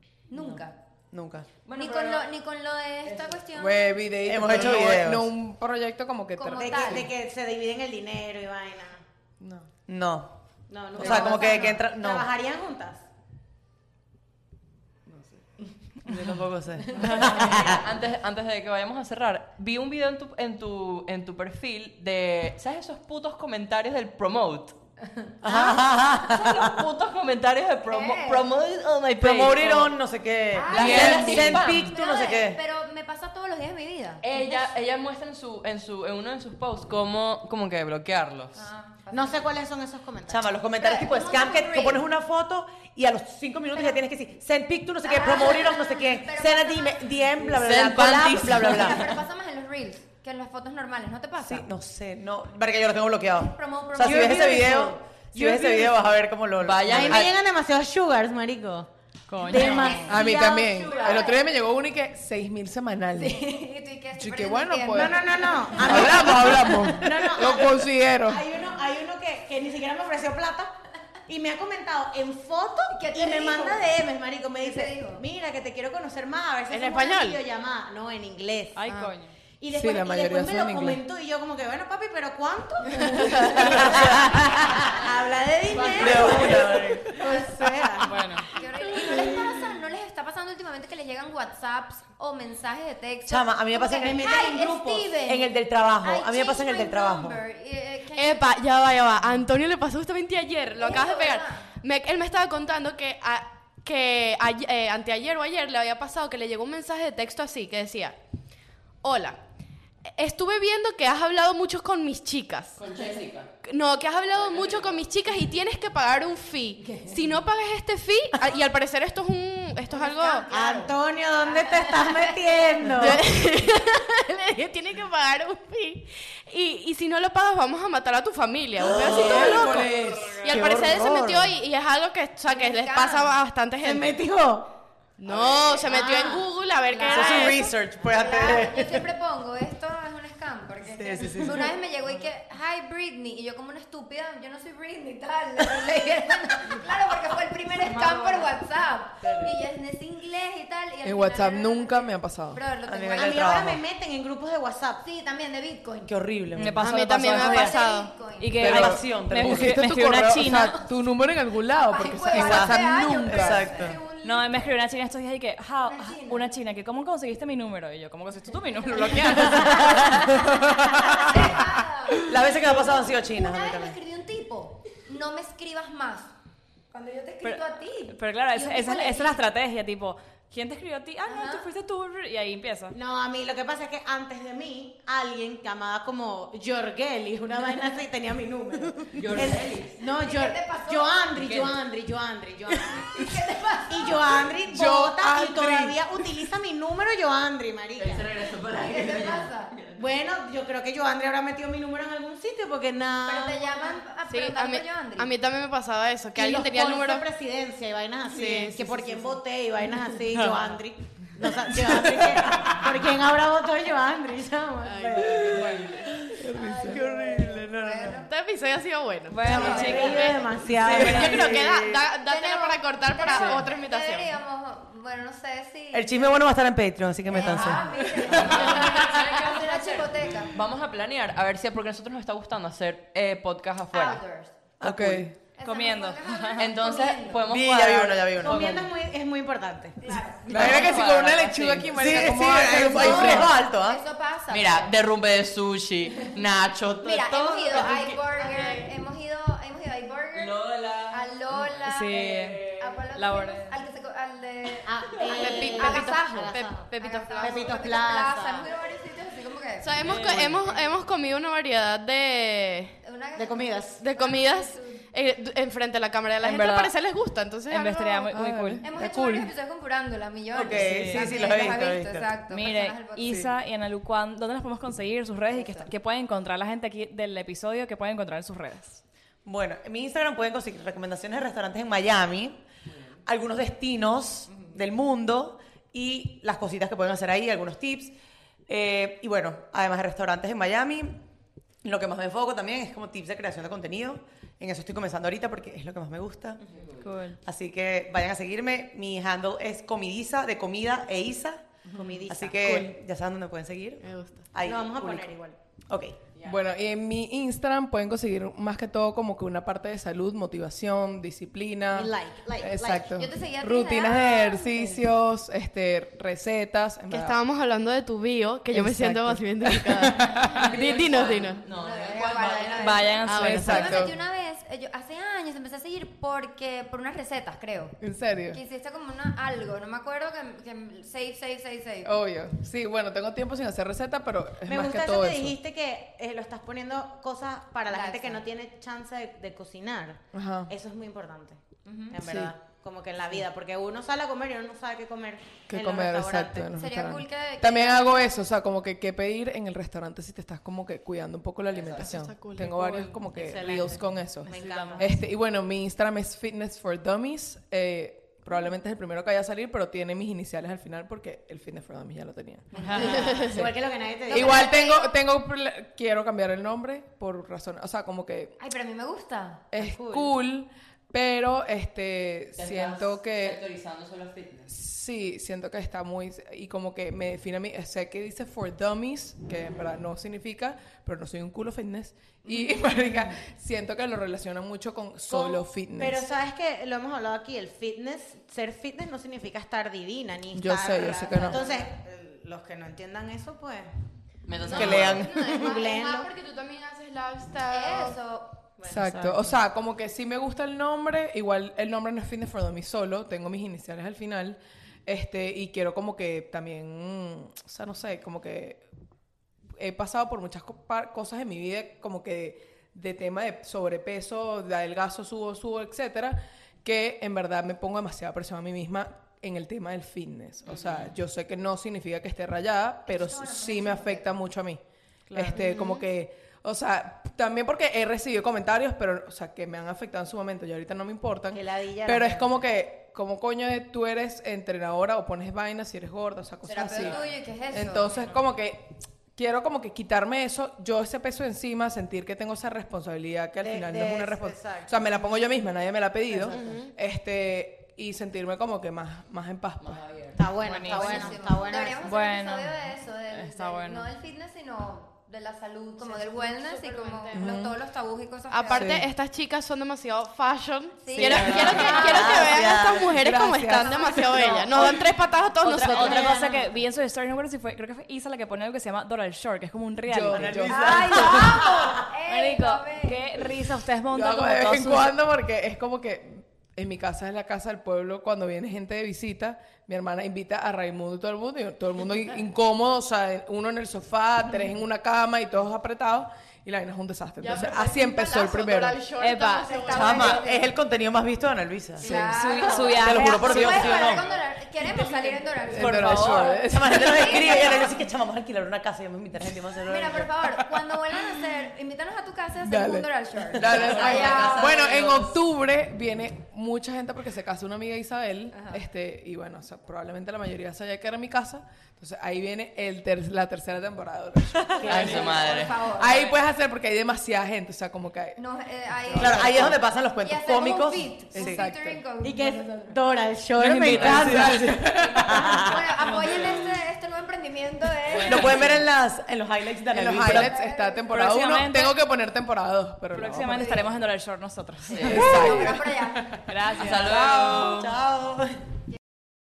Nunca. Nunca. ni, con lo, ni con lo de esta cuestión. Güey, videíto, Hemos pero hecho no- videos. No un proyecto como que... Como tra- De que, Total. de que se dividen el dinero y vaina. No. No. No, no. O sea, como que- que entra- no. ¿Trabajarían juntas? Yo tampoco sé. antes, antes de que vayamos a cerrar, vi un video en tu, en tu, en tu perfil de, ¿sabes esos putos comentarios del promote? Son los putos comentarios de promo, ¿Qué? promoted on my page. Promovieron no sé qué. Ah, La Send- gente Send spam. pic to no sé qué. Pero me pasa todos los días de mi vida. Ella, ella muestra en, su, en, su, en uno de sus posts cómo como que bloquearlos. No sé cuáles son esos comentarios. Chama, los comentarios tipo Pero, scam que ¿cómo tú se pones ríe? una foto y a los cinco minutos ya tienes que decir send pic to no sé qué, Ah, promovieron no sé qué, pero send a pasa DM, más. DM, bla, bla, bla, Send panties. bla, bla, bla, Mira, bla. Pero pasa más en los reels que en las fotos normales, ¿no te pasa? Sí, no sé, no, para que yo lo tengo bloqueado. Promo, O sea, si promo. ves ese You're video, beautiful. si ves ese video vas a ver cómo lo... Vaya, A mí me Ay. llegan demasiados sugars, marico. Coño. Demasiado A mí también. sugar. El otro día me llegó uno y que 6.000 semanales. Y tú, ¿y qué? Sí, Pero qué no bueno, entiendo. pues. No, no, no, no. A mí- Hablamos, hablamos. No, no. Lo considero. Hay uno, hay uno que, que ni siquiera me ofreció plata y me ha comentado en foto ¿Qué te y me dijo? manda DMs, marico. Me ¿Qué te dice, dijo? mira, que te quiero conocer más, a ver si ¿En hacemos una español? videollamada". No, en inglés. Ay, Ah. coño. Y después, Sí, la y mayoría después me son lo en inglés. comentó y yo como que, bueno, papi, ¿pero cuánto? Habla de dinero. O sea, Bueno. Qué horrible. ¿Y no les, pasa, no les está pasando últimamente que les llegan WhatsAps o mensajes de texto? Chama, a mí me Como pasa que, en el- "Hi, en grupos, Steven, En el del trabajo, I a mí me pasa en el changed del my trabajo. number. Eh, eh, can you- Epa, ya va, ya va. A Antonio le pasó justamente ayer, lo acabas de pegar. ¿verdad? Me- él me estaba contando que, a- que ay- eh, anteayer o ayer le había pasado que le llegó un mensaje de texto así que decía, hola, estuve viendo que has hablado mucho con mis chicas. Con Jessica. No, que has hablado mucho con mis chicas y tienes que pagar un fee. Si no pagas este fee, a- y al parecer esto es un, esto es algo... Antonio, ¿dónde te estás metiendo? le dije, tienes que pagar un fee. Y, y si no lo pagas, vamos a matar a tu familia. Un pedacito de loco. Y al parecer él se metió y, y es algo que, o sea, que les pasa a bastante gente. Se metió. No, se metió en Ah, Google a ver qué Eso es un era eso. research, pues antes de- Claro, yo siempre pongo, esto es un scam, porque Sí, sí, sí, sí. una vez me llegó y que, hi Britney, y yo como una estúpida, yo no soy Britney, tal, leí eso, no. claro, porque fue el primer scam por WhatsApp, y es, es inglés y tal. Y al En final WhatsApp era- nunca me ha pasado. Brother, lo A tengo nivel A ahí. mí del ahora trabajo. me meten en grupos de WhatsApp. Sí, también de Bitcoin. Qué horrible. Me man. pasó, A mí me también pasó me ha eso. pasado. Y que Pero- ay, Pasión, te me, lo me, juro. escribió- me Pusiste este tu escribió correo, una o china. sea, tu número en algún lado, porque Ay, eso hueva, en hace WhatsApp años, nunca. pero hace Exacto. un- No, me escribió una china estos días y que, "How- Una ah, china. una china, que ¿cómo conseguiste mi número? Y yo, ¿cómo conseguiste tú mi número? Bloqueado. Las veces que me ha pasado han sido chinas a mí Una vez me también. escribió un tipo, no me escribas más. Cuando yo te escribo Pero- a ti. Pero claro, Y esa, un tipo esa- le esa es la dice, estrategia, tipo, ¿quién te escribió a ti? Ah, no, Ajá. tú fuiste tú, y ahí empieza. No, a mí lo que pasa es que antes de mí, alguien llamada como Jorgelis, una vaina así, tenía mi número. Jorgelis. El- No, ¿Y qué Jor- te pasó? Joandri, Joandri, Joandri, Joandri. ¿Qué te pasa? Y Joandri vota Joandri. y todavía utiliza mi número Joandri, marica. ¿Qué te pasa? Bueno, yo creo que Joandri habrá metido mi número en algún sitio porque Pero nada. te llaman ah, a Sí, a preguntar mí, por Joandri. a mí también me pasaba eso, que Y alguien los tenía el polls número... de presidencia y vainas así, Sí, que sí, por quién voté y vainas así, Joandri. No, o sea, Joandri, que- ¿por quién habrá votado Joandri? chama? Qué horrible, no, no, no. Este episodio ha sido bueno. Bueno, Me he chicas, reído demasiado. Yo creo que da, da, da tela Tenemos- para cortar para tenemos- otra invitación. Deberíamos, bueno, no sé si... El chisme bueno va a estar en Patreon, así que métanse. Ah, mira. Vamos a la chicoteca. Vamos a planear, a ver si, porque a nosotros nos está gustando hacer eh, podcast afuera. Outdoors. Ok. Esa Comiendo. es la cosa, Entonces, comiendo. podemos Ah, Vi, ya cuadrar- vi uno, ya vi uno. Comiendo es muy, es muy importante. La verdad que si con una lechuga aquí, Sí, marica, sí, ¿cómo va a hay ser? un hay un riesgo alto, ¿ah? Eso pasa. Mira, derrumbe de sushi, Nacho, to- Mira, todo. hemos ido a iBurger, hemos ido, hemos ido a iBurger, Lola. a Lola, Sí. eh, ¿a cuál otro Laura. fuimos? Al que se co- al de Ah, eh, Pepi- Agasajo. Pepito- Pep- Pepito Agasajo, Plaza. Pepito Pepito Plaza. Plaza. Hemos ido a varios sitios así como que O sea, hemos, co- hemos, hemos comido una variedad de, una- de comidas. de comidas eh, d- enfrente de la cámara. A la En gente al verdad. parecer les gusta, entonces... en vez algo- estaría muy, muy cool. Hemos Está hecho cool. varios episodios con Furándula, millones. Ok, sí, sí, los he también visto, has he visto. exacto. Mire, personas del podcast. Isa y Ana Lucuán, ¿dónde las podemos conseguir? Sus redes y que, está- que pueden encontrar la gente aquí del episodio, que pueden encontrar en sus redes. Bueno, en mi Instagram pueden conseguir recomendaciones de restaurantes en Miami, algunos destinos del mundo y las cositas que pueden hacer ahí, algunos tips. Eh, y bueno, además de restaurantes en Miami, lo que más me enfoco también es como tips de creación de contenido. En eso estoy comenzando ahorita porque es lo que más me gusta. Cool. Así que vayan a seguirme. Mi handle es comidiza, de comida e isa. Comidiza. Así que ya saben dónde pueden seguir. Me gusta. Ahí, Lo vamos a publico. poner igual. Ok. Bueno, y en mi Instagram pueden conseguir más que todo como que una parte de salud, motivación, disciplina. Y like, like, like. Exacto. Yo te seguía a ti, Rutinas Isabel. de ejercicios, este, recetas. en Que verdad. estábamos hablando de tu bio, que yo me siento Exacto. más bien dedicada. Di- dinos, dinos. No, no, No, no, no, no, no, no, no, no. Vayan a Ah, su bueno, Instagram. Yo me Exacto. metí una vez, eh, yo- ah, empecé a seguir porque por unas recetas, creo. ¿En serio? Que hiciste como una, algo, no me acuerdo que, que save, save, save, save. Obvio. Sí, bueno, tengo tiempo sin hacer receta, pero es Me más gusta que eso todo que eso. dijiste que eh, lo estás poniendo cosas para la gente que Lifestyle. no tiene chance de, de cocinar. Ajá. Eso es muy importante, en verdad. Como que en la vida, porque uno sale a comer y uno no sabe qué comer. Que en los comer, restaurantes. exacto. en los Sería restaurantes. cool que- que- También hago eso, o sea, como que qué pedir en el restaurante si te estás como que cuidando un poco la alimentación. Tengo varios como que Excelente. reels con eso. Me encanta. Este, y bueno, mi Instagram es Fitness for Dummies. eh, probablemente es el primero que vaya a salir, pero tiene mis iniciales al final porque el Fitness for Dummies ya lo tenía. Igual que lo que nadie te dice. Igual tengo, tengo, pl- quiero cambiar el nombre por razones, o sea, como que Ay, pero a mí me gusta. es cool. cool, pero este, Te siento estás que, Sectorizando solo a fitness. sí, siento que está muy, y como que me define a mí, sé que dice for dummies, que en verdad no significa, pero no soy un culo fitness, y marica, siento que lo relaciona mucho con solo Con- fitness. Pero sabes que lo hemos hablado aquí, el fitness, ser fitness no significa estar divina ni Yo estar- sé, yo sé que no. Entonces, eh, los que no entiendan eso, pues. Métanse Que a- lean. No, es más- es más Googleenlo. porque tú también haces lifestyle. Eso. Exacto. o sea, como que sí me gusta el nombre, igual el nombre no es Fitness for Dummies solo, tengo mis iniciales al final, este, y quiero como que también, mm, o sea, no sé, como que he pasado por muchas co- pa- cosas en mi vida, como que de tema de sobrepeso, de adelgazo, subo, subo, etcétera, que en verdad me pongo demasiada presión a mí misma en el tema del fitness. O sea, yo sé que no significa que esté rayada, pero sí me afecta mucho a mí. Este, como que, o sea, también porque he recibido comentarios, pero, o sea, que me han afectado en su momento y ahorita no me importan. Qué ladilla la Pero es gente. como que, como coño de- tú eres entrenadora o pones vainas si eres gorda, o sea, cosas Será así. peor tuyo, ¿y qué es eso? Ah, Entonces, como que quiero como que quitarme eso, yo ese peso encima, sentir que tengo esa responsabilidad que al De- final no de- es una exacto. responsabilidad. O sea, me la pongo yo misma, nadie me la ha pedido. Este, y sentirme como que más, más en paz. pues. Está bueno, está bueno, Buenísimo. está bueno. Deberíamos Bueno. hacer un episodio de eso, del- Está del- bueno. no del fitness, sino de la salud, como del wellness y como lo- todos los tabús y cosas. Aparte, Sí. estas chicas son demasiado fashion. Sí. Quiero, Sí. quiero que, quiero que vean a estas mujeres como Gracias. están demasiado bellas. Nos dan tres patadas a todos Otra, nosotros. otra cosa que vi en su story, no me acuerdo si fue, creo que fue Isa la que pone algo que se llama Doral Shore, que es como un Yo, reality. yo- ¡Ay, vamos! ¡Ey, Marico, lo ves! qué risa, ustedes Yo montan hago como de todos vez en sus- cuando porque es como que en mi casa es la casa del pueblo. Cuando viene gente de visita, mi hermana invita a Raimundo y todo el mundo. Y todo el mundo in- incómodo, o sea, uno en el sofá, tres en una cama y todos apretados. Y la vaina es un desastre. Entonces, así empezó el primero. Epa, Chama, eh, es el contenido más visto de Ana Luisa. su, su Te viaje. lo juro por ¿Puedes Dios, ¿sí o parar no? con Doral? Queremos salir en Doral. El Por Doral favor. Shore, ¿eh? Chama, la gente nos escribe y Ana Luisa dice que chama, vamos a alquilar una casa y vamos a invitar gente y vamos a hacer Mira, por favor, cuando vuelvan a hacer, invítanos a tu casa a hacer Dale. un Doral Shore. Dale. Allá. Bueno, en octubre viene mucha gente porque se casa una amiga de Isabel, este, y bueno, o sea, probablemente la mayoría sabía que era mi casa, entonces ahí viene el ter- la tercera temporada. de Doral Shore. Ay, su madre. Por favor. Ahí puedes hacer porque hay demasiada gente, o sea, como que hay, No, eh, ahí, Claro, ahí es donde pasan los y cuentos hacemos cómicos. Un fit, un Exacto. featuring con Y que nosotros. es Dora, el show Nos me invitan, encanta. sí, sí. Bueno, apoyen este, este nuevo emprendimiento de... Lo pueden ver en, las, en los highlights de Ana En los Luisa. highlights está temporada 1. Próximamente- Tengo que poner temporada 2, pero no, Próximamente 哎 estaremos en Doral Shore nosotros. No, pero por allá. Gracias. Hasta luego. Chao.